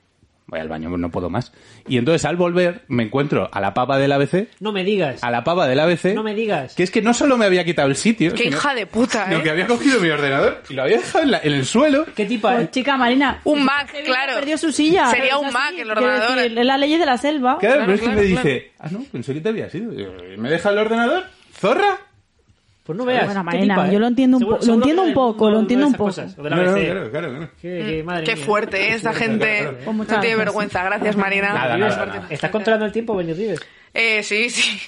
Speaker 4: voy al baño, no puedo más. Y entonces al volver me encuentro a la papa del ABC,
Speaker 5: No me digas.
Speaker 4: a la pava del ABC,
Speaker 5: No me digas.
Speaker 4: que es que no solo me había quitado el sitio,
Speaker 2: Qué
Speaker 4: sino-
Speaker 2: hija de puta,
Speaker 4: sino que
Speaker 2: ¿eh?
Speaker 4: había cogido mi ordenador y lo había dejado en, la- en el suelo.
Speaker 5: ¿Qué tipo
Speaker 3: Pues, chica, Marina.
Speaker 2: Un Mac,
Speaker 3: Sevilla
Speaker 2: claro.
Speaker 3: Perdió su silla.
Speaker 2: Sería
Speaker 3: Es
Speaker 2: un
Speaker 3: así,
Speaker 2: Mac el
Speaker 3: quiero
Speaker 2: ordenador.
Speaker 3: decir, es la ley de la selva.
Speaker 4: Claro, pero es que
Speaker 2: claro,
Speaker 4: me
Speaker 2: claro.
Speaker 4: dice, ah, no, pensé que te había sido. Y me deja el ordenador, zorra.
Speaker 5: Pues no veas.
Speaker 3: Bueno,
Speaker 5: ¿Qué
Speaker 3: Marina,
Speaker 5: tipa, eh?
Speaker 3: yo lo entiendo un
Speaker 5: Seguro-
Speaker 3: po- lo
Speaker 5: seguro
Speaker 3: entiendo
Speaker 5: que
Speaker 3: un poco,
Speaker 5: no-
Speaker 3: lo
Speaker 5: no
Speaker 3: entiendo
Speaker 5: esas
Speaker 3: un
Speaker 5: cosas,
Speaker 3: poco.
Speaker 5: o de la
Speaker 4: No, no,
Speaker 5: ABC.
Speaker 4: claro, claro, claro.
Speaker 5: Qué- qué- madre
Speaker 2: Qué
Speaker 5: mía.
Speaker 2: fuerte, ¿eh? Esta gente
Speaker 3: Con
Speaker 2: no
Speaker 3: muchas
Speaker 2: tiene
Speaker 3: gracias.
Speaker 2: vergüenza. Gracias, Marina.
Speaker 4: Nada,
Speaker 5: Rivers,
Speaker 4: nada, nada.
Speaker 5: ¿Estás controlando el tiempo, Benny Rivers?
Speaker 2: Eh, sí, sí.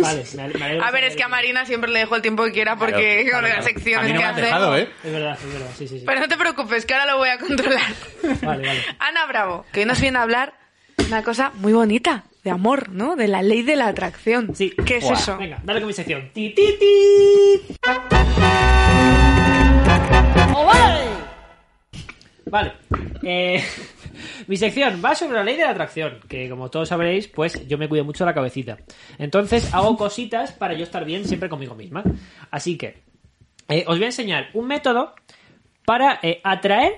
Speaker 5: Vale, me ale- me alegro
Speaker 2: A ver,
Speaker 5: de
Speaker 2: es que a
Speaker 5: saber.
Speaker 2: Marina siempre le dejo el tiempo que quiera porque
Speaker 4: Claro,
Speaker 2: con
Speaker 4: claro,
Speaker 2: las
Speaker 4: claro.
Speaker 2: secciones
Speaker 4: A mí no
Speaker 2: que
Speaker 4: me han
Speaker 2: hace.
Speaker 4: dejado, ¿eh?
Speaker 5: Es verdad, es verdad, sí, sí, sí.
Speaker 2: Pero no te preocupes, que ahora lo voy a controlar.
Speaker 5: Vale, vale.
Speaker 2: Ana Bravo, que hoy nos viene a hablar de una cosa muy bonita, de amor, ¿no? De la ley de la atracción.
Speaker 5: Sí.
Speaker 2: ¿Qué es
Speaker 4: Buah.
Speaker 2: eso?
Speaker 5: Venga, dale con mi sección. Ti, ti, ti. Vale. Eh, mi sección va sobre la ley de la atracción, que como todos sabréis, pues yo me cuido mucho la cabecita. Entonces hago cositas para yo estar bien siempre conmigo misma. Así que eh, os voy a enseñar un método para eh, atraer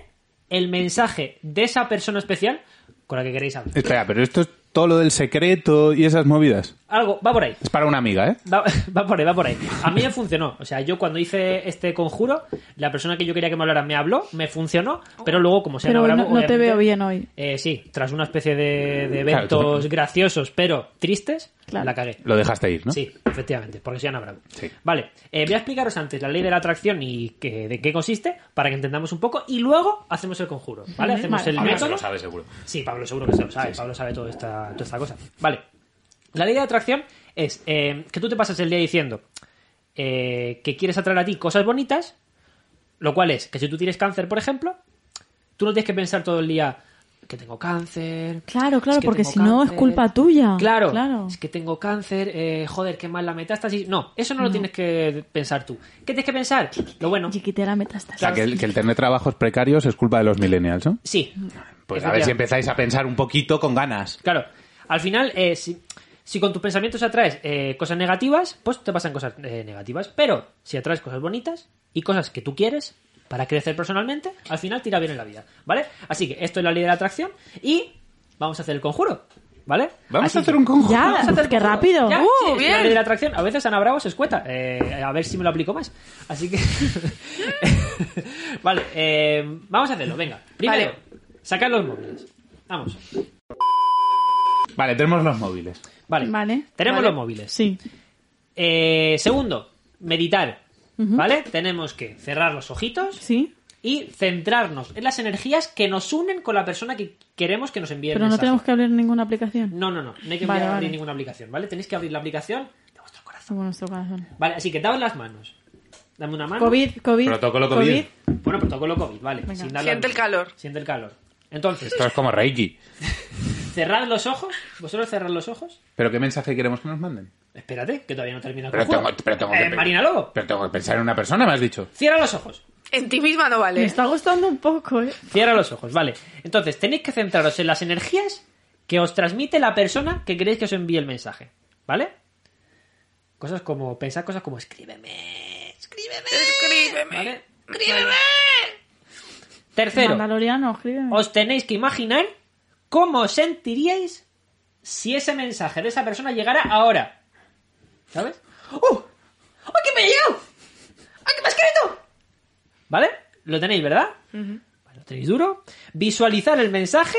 Speaker 5: el mensaje de esa persona especial con la que queréis hablar.
Speaker 4: Espera, pero esto es todo lo del secreto y esas movidas.
Speaker 5: Algo, va por ahí.
Speaker 4: Es para una amiga, ¿eh?
Speaker 5: Va, va por ahí, va por ahí. A mí me funcionó. O sea, yo cuando hice este conjuro, la persona que yo quería que me hablara me habló, me funcionó, pero luego, como se
Speaker 3: Pero hoy no,
Speaker 5: grabó,
Speaker 3: no te
Speaker 5: obviamente,
Speaker 3: veo bien hoy.
Speaker 5: eh, sí, tras una especie de, de
Speaker 4: Claro, tú-
Speaker 5: eventos graciosos, pero tristes,
Speaker 3: Claro.
Speaker 5: la cagué.
Speaker 4: Lo dejaste ir, ¿no?
Speaker 5: Sí, efectivamente, porque soy Ana Bravo.
Speaker 4: Sí.
Speaker 5: Vale, eh, voy a explicaros antes la ley de la atracción y que- de qué consiste, para que entendamos un poco, y luego hacemos el conjuro, ¿vale? Hacemos
Speaker 3: vale.
Speaker 5: el
Speaker 4: Ahora se
Speaker 5: método.
Speaker 4: lo sabe seguro.
Speaker 5: Sí, Pablo seguro que se lo sabe. Pablo sabe toda esta, toda esta cosa. Vale. La ley de atracción es eh, que tú te pasas el día diciendo eh, que quieres atraer a ti cosas bonitas, lo cual es que si tú tienes cáncer, por ejemplo, tú no tienes que pensar todo el día que tengo cáncer.
Speaker 3: Claro, claro,
Speaker 5: es que
Speaker 3: porque
Speaker 5: tengo
Speaker 3: si no es
Speaker 5: cáncer".
Speaker 3: culpa tuya.
Speaker 5: Claro,
Speaker 3: Claro.
Speaker 5: es que tengo cáncer, eh, joder, qué mal la metástasis. No, eso no, lo tienes que pensar tú. ¿Qué tienes que pensar? Lo bueno.
Speaker 3: Chiquitera
Speaker 4: O
Speaker 3: metástasis.
Speaker 4: sea, que el, que el tener trabajos
Speaker 3: Mm.
Speaker 4: precarios es culpa de los millennials, ¿no?
Speaker 5: Sí.
Speaker 4: Pues a ver si empezáis a pensar un poquito con ganas.
Speaker 5: Claro. Al final, eh, si, si con tus pensamientos atraes eh, cosas negativas, pues te pasan cosas eh, negativas. Pero si atraes cosas bonitas y cosas que tú quieres para crecer personalmente, al final tira bien en la vida, ¿vale? Así que esto es la ley de la atracción y vamos a hacer el conjuro, ¿vale?
Speaker 4: Vamos
Speaker 5: Así
Speaker 4: a hacer
Speaker 5: que- Ah,
Speaker 4: un conjuro.
Speaker 3: Ya, qué rápido.
Speaker 5: ya,
Speaker 2: ¡Uh,
Speaker 5: sí, es
Speaker 2: bien!
Speaker 5: La ley de la atracción. A veces Ana Bravo se escueta. Eh, a ver si me lo aplico más. Así que. vale, eh, vamos a hacerlo. Venga. Primero, sacar los móviles. Vamos.
Speaker 4: Vale, tenemos los móviles.
Speaker 5: Vale.
Speaker 3: Vale.
Speaker 5: Tenemos
Speaker 3: Vale.
Speaker 5: los móviles.
Speaker 3: Sí.
Speaker 5: Eh, segundo, meditar. ¿Vale? Tenemos que cerrar los ojitos
Speaker 3: Sí.
Speaker 5: y centrarnos en las energías que nos unen con la persona que queremos que nos envíe el
Speaker 3: Pero no
Speaker 5: mensaje.
Speaker 3: tenemos que abrir ninguna aplicación.
Speaker 5: No, no, no. No hay que
Speaker 3: Vale,
Speaker 5: abrir
Speaker 3: vale.
Speaker 5: ninguna aplicación, ¿vale? Tenéis que abrir la aplicación de vuestro corazón.
Speaker 3: Somos nuestro corazón.
Speaker 5: Vale, así que daos las manos. Dame una mano.
Speaker 3: COVID, COVID.
Speaker 4: Protocolo COVID.
Speaker 5: Bueno, protocolo COVID, vale.
Speaker 3: Venga.
Speaker 5: sin darle
Speaker 2: Siente
Speaker 5: al-
Speaker 2: el calor.
Speaker 5: Siente el calor. Entonces,
Speaker 4: Esto es como Reiki.
Speaker 5: cerrad los ojos. ¿Vosotros cerrad los ojos?
Speaker 4: ¿Pero qué mensaje queremos que nos manden?
Speaker 5: Espérate, que todavía no termina el
Speaker 4: Pero
Speaker 5: conjuro.
Speaker 4: tengo, pero tengo
Speaker 5: Eh,
Speaker 4: que
Speaker 5: Marina Lobo,
Speaker 4: Pero tengo que pensar en una persona, me has dicho.
Speaker 5: cierra los ojos.
Speaker 2: En ti misma no
Speaker 3: Me
Speaker 2: vale.
Speaker 3: está gustando un poco, ¿eh?
Speaker 5: Cierra los ojos, vale. Entonces, tenéis que centraros en las energías que os transmite la persona que queréis que os envíe el mensaje, ¿vale? Cosas como, pensad cosas como escríbeme, escríbeme,
Speaker 2: Escríbeme.
Speaker 5: ¿vale?
Speaker 2: ¡Escríbeme!
Speaker 5: Tercero,
Speaker 3: Mandaloriano, escríbeme.
Speaker 5: os tenéis que imaginar cómo os sentiríais si ese mensaje de esa persona llegara ahora. ¿Sabes? ¡Uh! ¡Ay, que me ha llegado! ¡Ay, que me ha escrito! ¿Vale? Lo tenéis, ¿verdad? Vale, Lo tenéis duro. Visualizar el mensaje.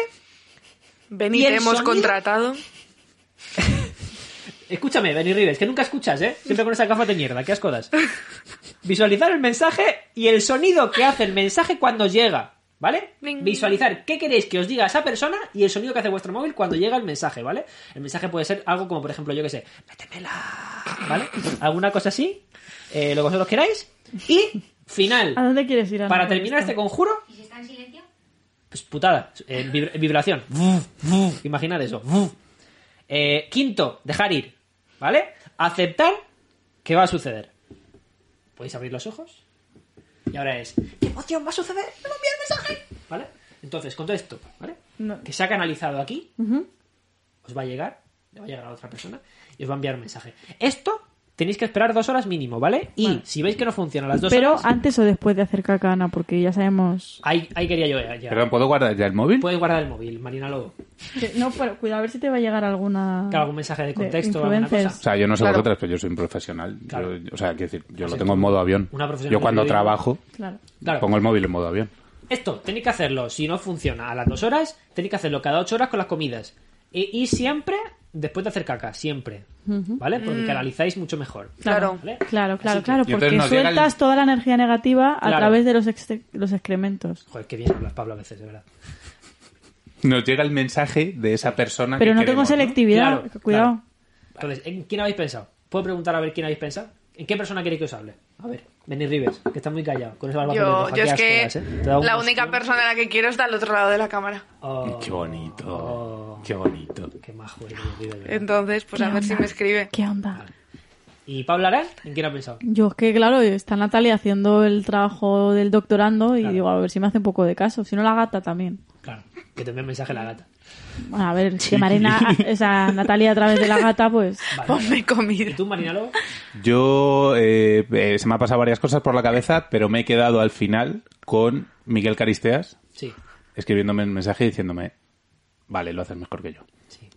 Speaker 2: Ven y
Speaker 5: ¿Y el
Speaker 2: te hemos
Speaker 5: sonido?
Speaker 2: contratado.
Speaker 5: Escúchame, Benny Rives, que nunca escuchas, ¿eh? Siempre con esa gafa de mierda, qué asco das. Visualizar el mensaje y el sonido que hace el mensaje cuando llega, ¿vale?
Speaker 2: Bling.
Speaker 5: Visualizar qué queréis que os diga esa persona y el sonido que hace vuestro móvil cuando llega el mensaje, ¿vale? El mensaje puede ser algo como, por ejemplo, yo que sé, métemela, ¿vale? Alguna cosa así, eh, lo que vosotros queráis. Y
Speaker 3: ¿A
Speaker 5: final,
Speaker 3: dónde quieres ir? Ana?
Speaker 5: para terminar este conjuro,
Speaker 7: ¿Y si está en silencio?
Speaker 5: pues putada, eh, vibra- vibración. Imaginad eso. Eh, quinto, dejar ir. ¿Vale? Aceptar que va a suceder. Podéis abrir los ojos. Y ahora es. ¿Qué emoción va a suceder? ¡Me lo envía el mensaje! ¿Vale? Entonces, con todo esto, ¿vale?
Speaker 3: No.
Speaker 5: Que se ha canalizado aquí, os va a llegar, le va a llegar a otra persona y os va a enviar un mensaje. Esto tenéis que esperar dos horas mínimo, ¿vale? Y si veis que no funciona a las dos
Speaker 3: Pero
Speaker 5: horas.
Speaker 3: antes o después de hacer caca, Ana, porque ya sabemos...
Speaker 5: Ahí, ahí quería yo llegar.
Speaker 4: Perdón, ¿puedo guardar ya el móvil?
Speaker 5: Puedes guardar el móvil, Marina Lobo.
Speaker 3: Que- No, pero cuidado, a ver si te va a llegar alguna...
Speaker 5: Claro, algún mensaje de contexto o alguna
Speaker 3: influencers.
Speaker 5: cosa.
Speaker 4: O sea, yo no sé
Speaker 2: Claro.
Speaker 4: vosotras, pero yo soy un profesional. Yo-
Speaker 5: Claro.
Speaker 4: o sea, quiero decir, yo lo tengo en modo avión.
Speaker 5: Una profesional
Speaker 4: yo cuando
Speaker 5: del periodismo.
Speaker 4: trabajo
Speaker 3: Claro.
Speaker 5: Claro.
Speaker 4: pongo el móvil en modo avión.
Speaker 5: Esto, tenéis que hacerlo, si no funciona a las dos horas, tenéis que hacerlo cada ocho horas con las comidas. E- y siempre después de hacer caca, siempre. ¿Vale? Porque
Speaker 2: Mm.
Speaker 5: canalizáis mucho mejor.
Speaker 2: Claro.
Speaker 5: ¿Vale?
Speaker 3: Claro, claro,
Speaker 5: Así que-
Speaker 3: claro,
Speaker 4: Y
Speaker 3: porque
Speaker 4: entonces nos llega el-
Speaker 3: sueltas toda la energía negativa a
Speaker 5: Claro.
Speaker 3: través de los, exte- los excrementos.
Speaker 5: Joder, qué bien hablas, Pablo, a veces, de verdad.
Speaker 4: Nos llega el mensaje de esa persona
Speaker 3: Pero
Speaker 4: que
Speaker 3: no tengo
Speaker 4: queremos,
Speaker 3: selectividad,
Speaker 5: Claro,
Speaker 3: cuidado.
Speaker 5: Entonces, ¿en quién habéis pensado? ¿Puedo preguntar a ver quién habéis pensado? ¿En qué persona queréis que os hable? A ver, Benny Rivers, que está muy callado, con esa barba
Speaker 2: Yo,
Speaker 5: pelirroja,
Speaker 2: yo
Speaker 5: qué
Speaker 2: es
Speaker 5: asco
Speaker 2: que
Speaker 5: das, ¿eh? Te da un
Speaker 2: la
Speaker 5: asco.
Speaker 2: única persona a la que quiero está al otro lado de la cámara.
Speaker 5: Oh,
Speaker 4: Qué bonito.
Speaker 5: Oh.
Speaker 4: Qué bonito.
Speaker 5: qué majo Benny Rivers, de verdad.
Speaker 2: Entonces, pues a ver si me escribe.
Speaker 3: ¿Qué onda?
Speaker 5: ¿Y Pablo Arán? ¿En quién ha pensado?
Speaker 3: Yo es que, claro, está Natalia haciendo el trabajo del doctorando y
Speaker 5: Claro.
Speaker 3: digo, a ver si me hace un poco de caso. Si no, la gata también.
Speaker 5: Claro, que te envíe un mensaje a la gata.
Speaker 3: Bueno, a ver, si Marina, o sea, Natalia a través de la gata, pues...
Speaker 2: Ponme
Speaker 5: ¿Y
Speaker 2: comida.
Speaker 5: tú, Marina Lobo?
Speaker 4: Yo eh, eh, se me ha pasado varias cosas por la cabeza, pero me he quedado al final con Miguel Caristeas
Speaker 5: Sí,
Speaker 4: escribiéndome un mensaje y diciéndome, vale, lo haces mejor que yo.
Speaker 5: sí.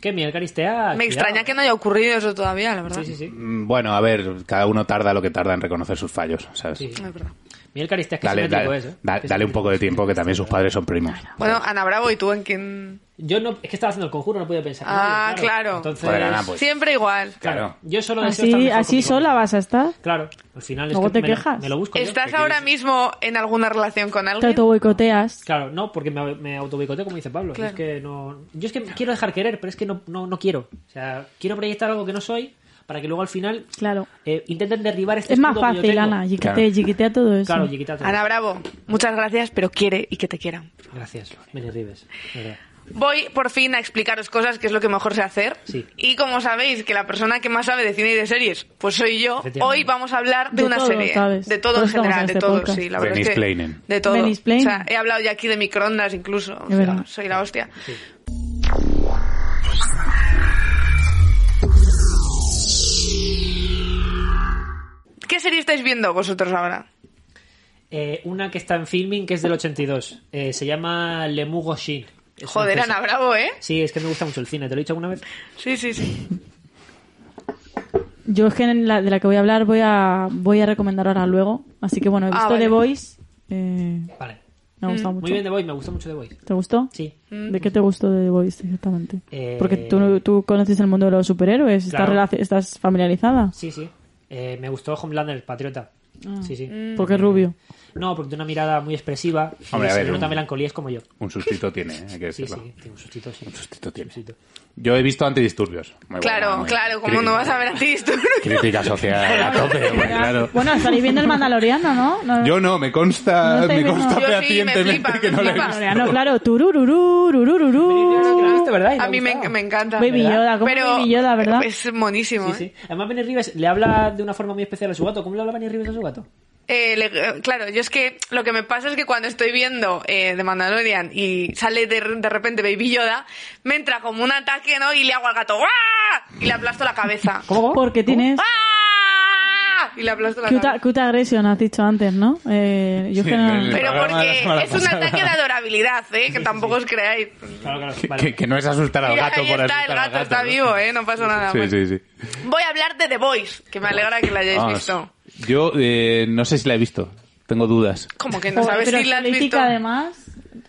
Speaker 5: Que Miguel Caristea.
Speaker 2: Me extraña que no haya ocurrido eso todavía, la verdad.
Speaker 5: Sí, sí, sí.
Speaker 4: Mm, Bueno, a ver, cada uno tarda lo que tarda en reconocer sus fallos, ¿sabes?
Speaker 5: sí.
Speaker 2: Es verdad.
Speaker 5: Miguel Caristea es que
Speaker 4: Dale,
Speaker 5: simétrico
Speaker 4: dale,
Speaker 5: es, ¿eh?
Speaker 4: da-
Speaker 5: Que
Speaker 4: dale un
Speaker 5: simétrico.
Speaker 4: poco de tiempo que también sus padres son primos.
Speaker 2: Bueno, Ana Bravo, ¿y tú en quién?
Speaker 5: Yo no, es que estaba haciendo el conjuro, no podía pensar. en
Speaker 2: Ah,
Speaker 5: nadie,
Speaker 2: claro.
Speaker 5: Entonces,
Speaker 4: Joder, Ana, pues.
Speaker 2: Siempre igual.
Speaker 5: claro.
Speaker 4: Claro.
Speaker 5: Yo solo deseo estar
Speaker 3: Así,
Speaker 5: mejor
Speaker 3: así
Speaker 5: conmigo.
Speaker 3: sola vas a estar.
Speaker 5: Claro, al final es
Speaker 3: Luego
Speaker 5: que
Speaker 3: te
Speaker 5: me lo-
Speaker 3: quejas.
Speaker 5: Me lo busco. yo.
Speaker 2: ¿Estás ahora mismo en alguna relación con
Speaker 3: Te
Speaker 2: alguien?
Speaker 3: auto boicoteas.
Speaker 5: Claro, no, porque me, me autobicoteo, como dice Pablo.
Speaker 2: Claro.
Speaker 5: Es que no, yo es que quiero dejar querer, pero es que no, no, no quiero. O sea, quiero proyectar algo que no soy para que luego al final
Speaker 3: Claro.
Speaker 5: eh, intenten derribar este
Speaker 3: Es más
Speaker 5: escudo que yo
Speaker 3: fácil,
Speaker 5: tengo.
Speaker 3: Ana. Yiquitea,
Speaker 4: Claro.
Speaker 3: yiquitea todo eso.
Speaker 5: Claro, Yiquita, todo.
Speaker 2: Ana Bravo, muchas gracias, pero quiere y que te quieran.
Speaker 5: Gracias, Benny Rives. de verdad.
Speaker 2: Voy por fin a explicaros cosas que es lo que mejor sé hacer.
Speaker 5: Sí.
Speaker 2: Y como sabéis que la persona que más sabe de cine y de series, pues soy yo.
Speaker 5: Efectivamente.
Speaker 2: Hoy vamos a hablar de,
Speaker 3: De
Speaker 2: una
Speaker 3: todo,
Speaker 2: serie,
Speaker 3: ¿sabes?
Speaker 2: de todo
Speaker 3: Por
Speaker 2: en
Speaker 3: eso estamos
Speaker 2: general,
Speaker 3: en
Speaker 2: de
Speaker 3: este
Speaker 2: todo,
Speaker 3: podcast.
Speaker 2: sí, la verdad
Speaker 4: Me
Speaker 2: es que
Speaker 4: explainen.
Speaker 2: de todo.
Speaker 3: Me
Speaker 2: O
Speaker 3: explainen.
Speaker 2: sea, he hablado ya aquí de microondas incluso, o
Speaker 3: Es
Speaker 2: sea,
Speaker 3: verdad.
Speaker 2: soy la hostia.
Speaker 5: Sí.
Speaker 2: serie estáis viendo vosotros ahora?
Speaker 5: Eh, una que está en filming que es del 82. Eh, se llama Lemugo Shin. Es
Speaker 2: Joder,
Speaker 5: francesa.
Speaker 2: Ana, bravo, ¿eh?
Speaker 5: Sí, es que me gusta mucho el cine. ¿Te lo he dicho alguna vez?
Speaker 2: Sí, sí, sí.
Speaker 3: Yo es que en la- de la que voy a hablar voy a, voy a recomendar ahora luego. Así que bueno, he
Speaker 2: Ah,
Speaker 3: visto
Speaker 2: vale. Mm.
Speaker 3: The Voice. eh,
Speaker 5: Vale.
Speaker 3: me ha gustado mucho.
Speaker 5: Muy bien The Voice, me gustó mucho The Voice.
Speaker 3: ¿Te gustó?
Speaker 5: Sí.
Speaker 3: ¿De qué te gustó de The Voice exactamente?
Speaker 5: Eh,
Speaker 3: Porque tú, tú conoces el mundo de los superhéroes, estás,
Speaker 5: Claro.
Speaker 3: relac- estás familiarizada.
Speaker 5: Sí, sí. Eh, me gustó Homelander, Patriota.
Speaker 3: Ah.
Speaker 5: Sí, sí.
Speaker 3: Porque Mm. es rubio.
Speaker 5: No, porque tiene una mirada muy expresiva. y
Speaker 4: Hombre, a
Speaker 5: se
Speaker 4: ver,
Speaker 5: le nota
Speaker 4: un-
Speaker 5: melancolía, es como yo.
Speaker 4: Un sustito tiene, ¿eh? hay que
Speaker 5: Sí,
Speaker 4: decirlo.
Speaker 5: sí, tiene un sustito, sí.
Speaker 4: Un sustito tiene.
Speaker 5: Sustito.
Speaker 4: Yo he visto antidisturbios. Muy
Speaker 2: Claro,
Speaker 4: buena, muy-
Speaker 2: claro, como
Speaker 4: crítica-
Speaker 2: no vas a ver a ti
Speaker 4: Crítica social a tope, hombre, claro.
Speaker 3: Bueno, estaréis viendo el Mandaloriano, ¿no? No-
Speaker 4: Yo no, me
Speaker 3: No
Speaker 4: consta,
Speaker 3: estáis
Speaker 4: me
Speaker 3: viendo-
Speaker 4: consta
Speaker 2: Yo sí, me
Speaker 4: fehacientemente
Speaker 2: flipa,
Speaker 4: que
Speaker 2: me
Speaker 4: no le he
Speaker 2: flipa.
Speaker 4: visto.
Speaker 3: Mandaloriano, claro. Turururú, turururú.
Speaker 5: Claro, de verdad, y
Speaker 2: A mí me,
Speaker 5: gustaba.
Speaker 2: me encanta.
Speaker 3: Baby Yoda, como
Speaker 2: Pero
Speaker 3: Baby Yoda, ¿verdad?
Speaker 2: es monísimo,
Speaker 5: Sí,
Speaker 2: ¿eh?
Speaker 5: sí. Además, Benny Rivers le habla de una forma muy especial a su gato. ¿Cómo le habla Benny Rivers a su gato?
Speaker 2: Eh, le- claro, yo es que lo que me pasa es que cuando estoy viendo eh, The Mandalorian y sale de, de repente Baby Yoda, me entra como un ataque, ¿no? Y le hago al gato ¡guau! y le aplasto la cabeza.
Speaker 5: ¿Cómo? cómo?
Speaker 3: Porque tienes...
Speaker 2: Ah, ¡Guau! Y le aplasto la
Speaker 3: Cute,
Speaker 2: cabeza.
Speaker 3: cute aggression, has dicho antes, ¿no? Eh, yo es que
Speaker 4: Sí,
Speaker 3: no-
Speaker 4: en el-
Speaker 2: Pero
Speaker 4: programa de la
Speaker 2: porque
Speaker 4: semana
Speaker 2: es un
Speaker 4: pasada.
Speaker 2: ataque de adorabilidad, ¿eh? Que tampoco os creáis.
Speaker 5: Claro, claro.
Speaker 4: Que-
Speaker 5: Vale.
Speaker 4: Que, que no es asustar al
Speaker 2: Mira,
Speaker 4: gato
Speaker 2: ahí
Speaker 4: por
Speaker 2: está,
Speaker 4: asustar
Speaker 2: el
Speaker 4: al
Speaker 2: gato
Speaker 4: gato.
Speaker 2: está
Speaker 4: ¿no?
Speaker 2: vivo, ¿eh? No pasa nada.
Speaker 4: Sí,
Speaker 2: Bueno.
Speaker 4: sí, sí.
Speaker 2: Voy a hablar de The Voice, que me alegra que la hayáis
Speaker 4: Vamos.
Speaker 2: visto.
Speaker 4: Yo eh, no sé si la he visto. Tengo dudas.
Speaker 2: Como que no
Speaker 3: Joder,
Speaker 2: sabes
Speaker 3: pero
Speaker 2: si la has
Speaker 3: política,
Speaker 2: visto.
Speaker 3: además...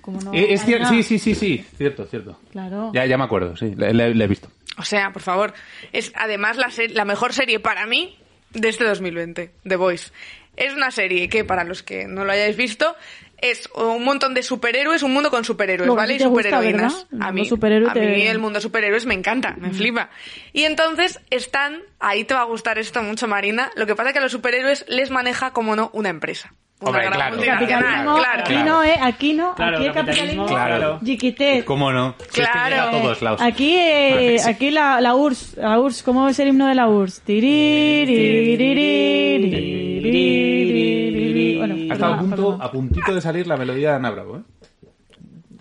Speaker 3: Como no
Speaker 4: Eh, es
Speaker 3: hay
Speaker 4: cierto,
Speaker 3: nada.
Speaker 4: sí, sí, sí, sí. Cierto, cierto.
Speaker 3: Claro.
Speaker 4: Ya, ya me acuerdo, sí. La, la- la he visto.
Speaker 2: O sea, por favor, es además la, se- la mejor serie para mí de este 2020, The Voice. Es una serie que, para los que no lo hayáis visto, es un montón de superhéroes, un mundo con superhéroes,
Speaker 3: Lo que a
Speaker 2: ¿vale?
Speaker 3: ti
Speaker 2: Y
Speaker 3: te gusta,
Speaker 2: superheroínas.
Speaker 3: ¿verdad? El
Speaker 2: A
Speaker 3: mundo
Speaker 2: mí,
Speaker 3: superhéroe
Speaker 2: a
Speaker 3: te-
Speaker 2: mí el mundo superhéroes me encanta, me flipa. Y entonces están, ahí te va a gustar esto mucho, Marina, lo que pasa es que a los superhéroes les maneja, como no, una empresa. Una
Speaker 4: Hombre,
Speaker 2: gran
Speaker 4: claro.
Speaker 2: multinacional,
Speaker 3: Capitalismo,
Speaker 2: claro.
Speaker 3: aquí no, ¿eh? Aquí no,
Speaker 5: Claro,
Speaker 3: aquí el capitalismo...
Speaker 5: capitalismo,
Speaker 4: claro.
Speaker 3: Yiquité.
Speaker 4: ¿Cómo no? Si es que
Speaker 2: Claro.
Speaker 4: llega a todos lados.
Speaker 3: Aquí, eh,
Speaker 4: Sí.
Speaker 3: aquí la, la URSS, la URSS, ¿cómo es el himno de la URSS? Tiriririririririri. Bueno,
Speaker 4: Hasta a
Speaker 3: perdona,
Speaker 4: punto,
Speaker 3: perdona.
Speaker 4: a puntito de salir la melodía de Ana Bravo, ¿eh?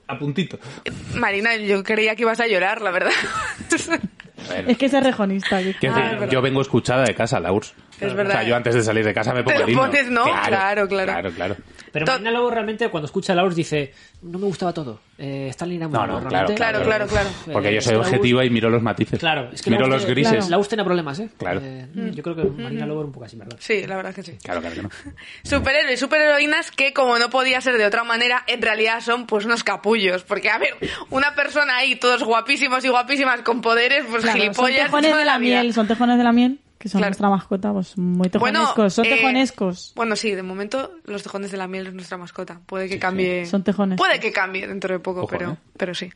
Speaker 4: A puntito.
Speaker 2: Marina, yo creía que ibas a llorar, la verdad.
Speaker 3: Es que es rejonista. aquí.
Speaker 4: Quiero decir, yo vengo escuchada de casa, la URSS.
Speaker 2: Ah, Es
Speaker 4: O
Speaker 2: verdad.
Speaker 4: sea, yo antes de salir de casa me pongo
Speaker 2: Te
Speaker 4: el himno.
Speaker 2: pones, ¿no? Claro, claro.
Speaker 4: Claro, claro.
Speaker 5: Pero
Speaker 2: To-
Speaker 5: Marina Lobo realmente cuando escucha a la URSS dice no me gustaba todo. Eh, Stanley era muy
Speaker 4: No, no,
Speaker 5: bueno,
Speaker 4: claro,
Speaker 5: realmente".
Speaker 2: claro, claro, claro.
Speaker 4: Porque
Speaker 5: Eh,
Speaker 4: yo
Speaker 5: es
Speaker 4: soy
Speaker 5: que la
Speaker 4: objetiva y miro los matices.
Speaker 5: URSS- Claro, es que la
Speaker 4: miro
Speaker 5: URSS-
Speaker 4: los grises.
Speaker 5: La URSS tenía problemas, ¿eh?
Speaker 4: Claro.
Speaker 5: Eh, yo creo que Marina Lobo era un poco así, ¿verdad?
Speaker 2: Sí, la verdad es que sí.
Speaker 4: Claro, claro que no.
Speaker 2: Superhéroes y superheroínas que, como no podía ser de otra manera, en realidad son pues unos capullos. Porque, a ver, una persona ahí, todos guapísimos y guapísimas con poderes, pues
Speaker 3: Claro, son
Speaker 2: gilipollas
Speaker 3: tejones
Speaker 2: toda
Speaker 3: de la
Speaker 2: vida.
Speaker 3: miel, son tejones de la miel, que son
Speaker 2: Claro.
Speaker 3: nuestra mascota, pues muy tejonescos, son
Speaker 2: eh,
Speaker 3: tejonescos.
Speaker 2: bueno, sí, de momento los tejones de la miel es nuestra mascota. Puede que cambie.
Speaker 3: Son tejones.
Speaker 2: Puede que cambie dentro de poco,
Speaker 4: Ojo,
Speaker 2: pero,
Speaker 4: ¿eh?
Speaker 2: pero sí.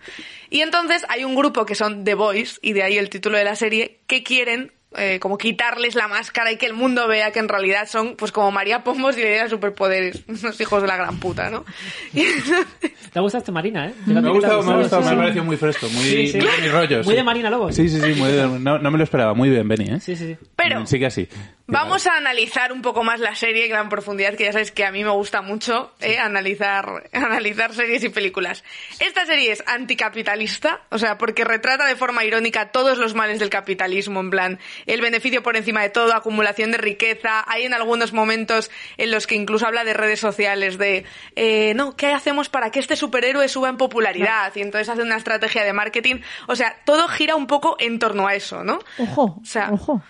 Speaker 2: Y entonces hay un grupo que son The Boys, y de ahí el título de la serie, que quieren eh, como quitarles la máscara y que el mundo vea que en realidad son pues como María Pomos y le diera superpoderes, unos hijos de la gran puta, ¿no? Y entonces-
Speaker 5: Te ha gustado este Marina, ¿eh?
Speaker 4: Me ha gustado, me ha gustado, me ha
Speaker 5: Sí,
Speaker 4: parecido muy fresco, muy,
Speaker 5: Sí, sí.
Speaker 4: muy de mis rollos.
Speaker 5: Muy
Speaker 4: sí.
Speaker 5: de Marina Lobo.
Speaker 4: Sí, sí, sí, muy de- no, no me lo esperaba. Muy bien, Benny, ¿eh?
Speaker 5: sí, sí. sí.
Speaker 2: pero
Speaker 4: Sí que así.
Speaker 2: Vamos a analizar un poco más la serie, gran profundidad, que ya sabéis que a mí me gusta mucho eh, analizar, analizar series y películas. Esta serie es anticapitalista, o sea, porque retrata de forma irónica todos los males del capitalismo, en plan, el beneficio por encima de todo, acumulación de riqueza. Hay en algunos momentos en los que incluso habla de redes sociales, de, eh, no, ¿qué hacemos para que este superhéroe suba en popularidad? Y entonces hace una estrategia de marketing. O sea, todo gira un poco en torno a eso, ¿no?
Speaker 3: Ojo,
Speaker 2: O sea,
Speaker 3: ojo.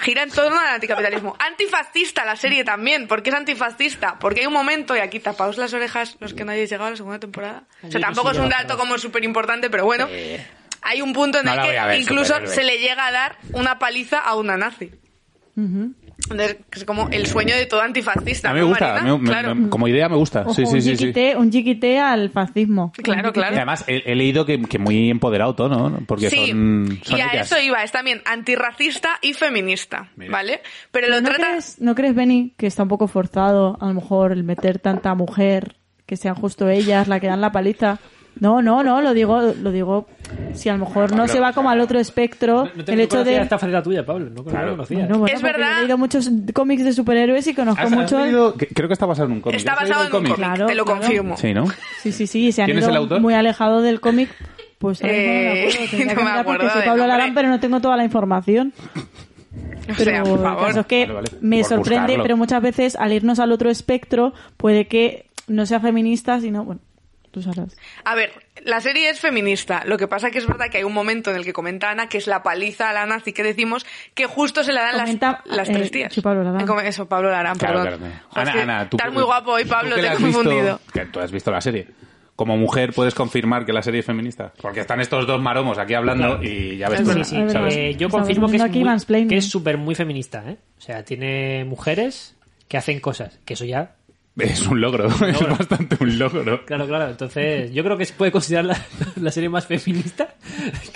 Speaker 2: Gira en torno al anticapitalismo. Antifascista la serie también. ¿Por qué es antifascista? Porque hay un momento, y aquí tapaos las orejas los que no hayáis llegado a la segunda temporada. O sea,
Speaker 5: Yo
Speaker 2: tampoco
Speaker 5: sí
Speaker 2: es un
Speaker 5: llego,
Speaker 2: dato como súper importante, pero bueno. Hay un punto en
Speaker 4: No
Speaker 2: el
Speaker 4: la voy a
Speaker 2: que
Speaker 4: ver,
Speaker 2: incluso
Speaker 4: superhéroes.
Speaker 2: se le llega a dar una paliza a una nazi.
Speaker 3: Ujú.
Speaker 2: Entonces, es como el sueño de todo antifascista.
Speaker 4: A mí me
Speaker 2: ¿no,
Speaker 4: gusta,
Speaker 2: Marina?
Speaker 4: me- me-
Speaker 2: claro.
Speaker 4: me- como idea me gusta.
Speaker 3: Ojo,
Speaker 4: sí, sí,
Speaker 3: un,
Speaker 4: sí, sí.
Speaker 3: yiquité, un yiquité al fascismo.
Speaker 2: Claro,
Speaker 4: Y
Speaker 2: claro.
Speaker 4: además he, he leído que, que muy empoderado todo, ¿no? Porque
Speaker 2: sí,
Speaker 4: son, son
Speaker 2: y a
Speaker 4: ellas.
Speaker 2: eso iba, es también antirracista y feminista,
Speaker 4: Mira.
Speaker 2: ¿vale? Pero lo
Speaker 3: ¿No,
Speaker 2: trata...
Speaker 3: crees, ¿No crees, Benny, que está un poco forzado a lo mejor el meter tanta mujer, que sean justo ellas la que dan la paliza? No, no, no, lo digo, lo digo, si a lo mejor no se va como al otro espectro,
Speaker 5: No, no te
Speaker 3: el hecho de...
Speaker 5: esta faceta tuya, Pablo. No, no la
Speaker 4: Claro.
Speaker 5: conocía.
Speaker 3: Bueno, bueno,
Speaker 2: Es
Speaker 3: porque yo
Speaker 2: verdad.
Speaker 3: He leído muchos cómics de superhéroes y conozco
Speaker 4: ¿Has- has
Speaker 3: mucho... el-
Speaker 4: leído- que- creo que está basado en un cómic.
Speaker 2: Está
Speaker 4: ¿Has leído
Speaker 2: basado
Speaker 4: el
Speaker 2: en un cómic,
Speaker 3: Claro,
Speaker 2: te lo
Speaker 3: claro.
Speaker 2: confirmo.
Speaker 4: Sí, ¿no?
Speaker 3: Sí, sí, sí, se han
Speaker 4: ¿Quién es
Speaker 3: ido
Speaker 4: el autor?
Speaker 3: muy alejado del cómic. Pues ahora mismo no me acuerdo,
Speaker 2: Eh, no me
Speaker 3: tendría que mirar porque
Speaker 2: acuerdo
Speaker 3: soy
Speaker 2: del
Speaker 3: Pablo
Speaker 2: nombre.
Speaker 3: Larán, pero no tengo toda la información.
Speaker 2: O
Speaker 3: Pero
Speaker 2: sea, por
Speaker 3: el caso
Speaker 2: favor.
Speaker 3: es que
Speaker 6: Vale, vale.
Speaker 3: me
Speaker 6: Por
Speaker 3: sorprende,
Speaker 6: buscarlo.
Speaker 3: pero muchas veces al irnos al otro espectro puede que no sea feminista, sino, bueno, tú sabrás.
Speaker 2: A ver, la serie es feminista. Lo que pasa que es verdad que hay un momento en el que comenta Ana que es la paliza a la nazi que decimos que justo se la dan las-
Speaker 3: Comenta,
Speaker 2: las,
Speaker 3: eh,
Speaker 2: tres tías.
Speaker 3: sí, Pablo Larán.
Speaker 2: Eh, come- Eso, Pablo Larán,
Speaker 6: Claro,
Speaker 2: perdón.
Speaker 6: claro, claro.
Speaker 2: Joder,
Speaker 6: Ana,
Speaker 2: es que
Speaker 6: Ana, tú.
Speaker 2: estás muy guapo hoy,
Speaker 6: tú
Speaker 2: Pablo,
Speaker 6: que
Speaker 2: te
Speaker 6: la
Speaker 2: he
Speaker 6: has visto-
Speaker 2: confundido.
Speaker 6: que tú has visto la serie. Como mujer puedes confirmar que la serie es feminista. Porque están estos dos maromos aquí hablando y ya ves
Speaker 2: Es
Speaker 6: tú,
Speaker 2: verdad,
Speaker 5: Sí,
Speaker 3: es verdad.
Speaker 6: ¿sabes?
Speaker 5: eh, yo
Speaker 3: Estamos
Speaker 5: confirmo que
Speaker 3: haciendo aquí
Speaker 5: es, muy-
Speaker 3: mansplaining.
Speaker 5: que es súper muy feminista, ¿eh? O sea, tiene mujeres que hacen cosas, que eso ya...
Speaker 6: Es un logro, es bastante un logro.
Speaker 5: Claro, claro, entonces yo creo que se puede considerar la, la serie más feminista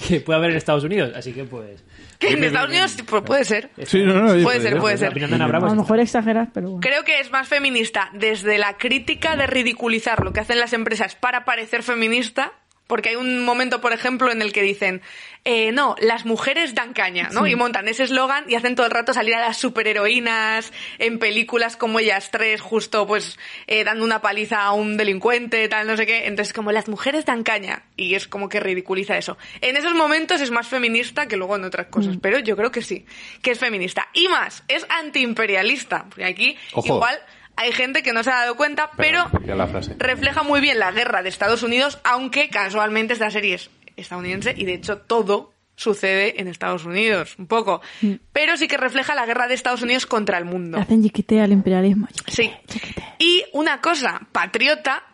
Speaker 5: que puede haber en Estados Unidos, así que pues...
Speaker 2: Que en Estados Unidos pues, puede ser.
Speaker 6: Sí, no, no, oye,
Speaker 2: Puede ser, puede ser.
Speaker 5: La opinión de Ana
Speaker 3: A
Speaker 5: Bravo
Speaker 3: lo
Speaker 5: es-
Speaker 3: mejor exageras, pero bueno.
Speaker 2: Creo que es más feminista desde la crítica de ridiculizar lo que hacen las empresas para parecer feminista. Porque hay un momento, por ejemplo, en el que dicen, eh, no, las mujeres dan caña, ¿no? Y montan ese eslogan y hacen todo el rato salir a las superheroínas en películas como ellas tres, justo pues eh, dando una paliza a un delincuente, tal, no sé qué. Entonces, como las mujeres dan caña. Y es como que ridiculiza eso. En esos momentos es más feminista que luego en otras cosas. Pero yo creo que sí, que es feminista. Y más, es antiimperialista. Porque aquí
Speaker 6: Ojo.
Speaker 2: igual hay gente que no se ha dado cuenta, pero,
Speaker 6: Perdón, ya la frase.
Speaker 2: refleja muy bien la guerra de Estados Unidos, aunque casualmente esta serie es estadounidense y de hecho todo sucede en Estados Unidos, un poco. Pero sí que refleja la guerra de Estados Unidos contra el mundo.
Speaker 3: Hacen yiquite al imperialismo.
Speaker 2: Sí. Y una cosa, patriota,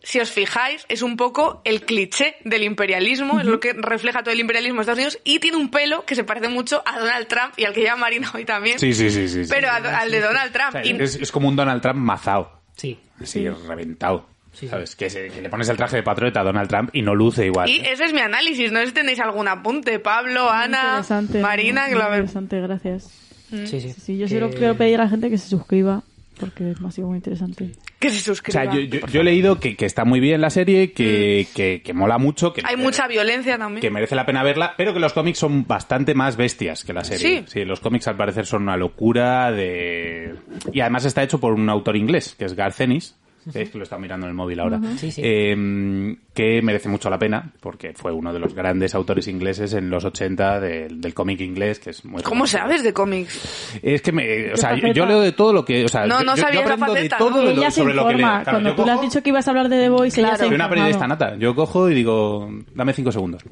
Speaker 2: si os fijáis, es un poco el cliché del imperialismo, es lo que refleja todo el imperialismo de Estados Unidos, y tiene un pelo que se parece mucho a Donald Trump y al que lleva Marina hoy también,
Speaker 6: Sí, sí, sí. sí, sí.
Speaker 2: pero a- al de Donald Trump.
Speaker 6: O sea,
Speaker 2: Y-
Speaker 6: es, es como un Donald Trump mazao.
Speaker 5: Sí.
Speaker 6: Así, reventado.
Speaker 5: Sí, sí.
Speaker 6: ¿Sabes? Que, se- que le pones el traje de patriota a Donald Trump y no luce igual.
Speaker 2: Y ese es mi análisis. No sé si tenéis algún apunte. Pablo, Ana,
Speaker 3: Interesante.
Speaker 2: Marina,
Speaker 3: muy
Speaker 2: que lo habéis-
Speaker 3: Interesante, gracias.
Speaker 2: Mm.
Speaker 5: Sí, sí.
Speaker 3: Sí, sí, yo
Speaker 5: Que-
Speaker 3: solo quiero pedir a la gente que se suscriba porque ha sido muy interesante.
Speaker 2: que se
Speaker 6: O
Speaker 2: suscriban.
Speaker 6: sea, yo, yo- yo he leído que, que está muy bien la serie, que, que, que mola mucho, que,
Speaker 2: Mm. Hay mucha violencia
Speaker 6: eh, que
Speaker 2: también.
Speaker 6: merece la pena verla, pero que los cómics son bastante más bestias que la serie.
Speaker 2: Sí.
Speaker 6: los cómics al parecer son una locura de... Y además está hecho por un autor inglés, que es Garcenis. Es que lo está mirando en el móvil ahora.
Speaker 5: Sí, sí.
Speaker 6: Eh, que merece mucho la pena, porque fue uno de los grandes autores ingleses en los 80 de- del cómic inglés, que es muy...
Speaker 2: ¿Cómo
Speaker 6: reconocido.
Speaker 2: sabes de cómics?
Speaker 6: Es que me, o sea, yo,
Speaker 3: faceta?
Speaker 6: yo leo de todo lo que, o sea,
Speaker 2: No,
Speaker 6: yo-
Speaker 2: no
Speaker 6: yo, yo
Speaker 2: sabía esa
Speaker 6: aprendo
Speaker 2: faceta,
Speaker 6: de todo
Speaker 2: ¿no?
Speaker 6: de lo-
Speaker 3: Ella se
Speaker 6: sobre lo que leo.
Speaker 3: informa.
Speaker 6: Claro,
Speaker 3: Cuando
Speaker 6: yo
Speaker 3: tú le has
Speaker 6: cojo-
Speaker 3: dicho que ibas a hablar de The Voice, ella se
Speaker 2: Claro.
Speaker 6: soy
Speaker 3: informa.
Speaker 6: una periodista nata. Yo cojo y digo, dame cinco segundos.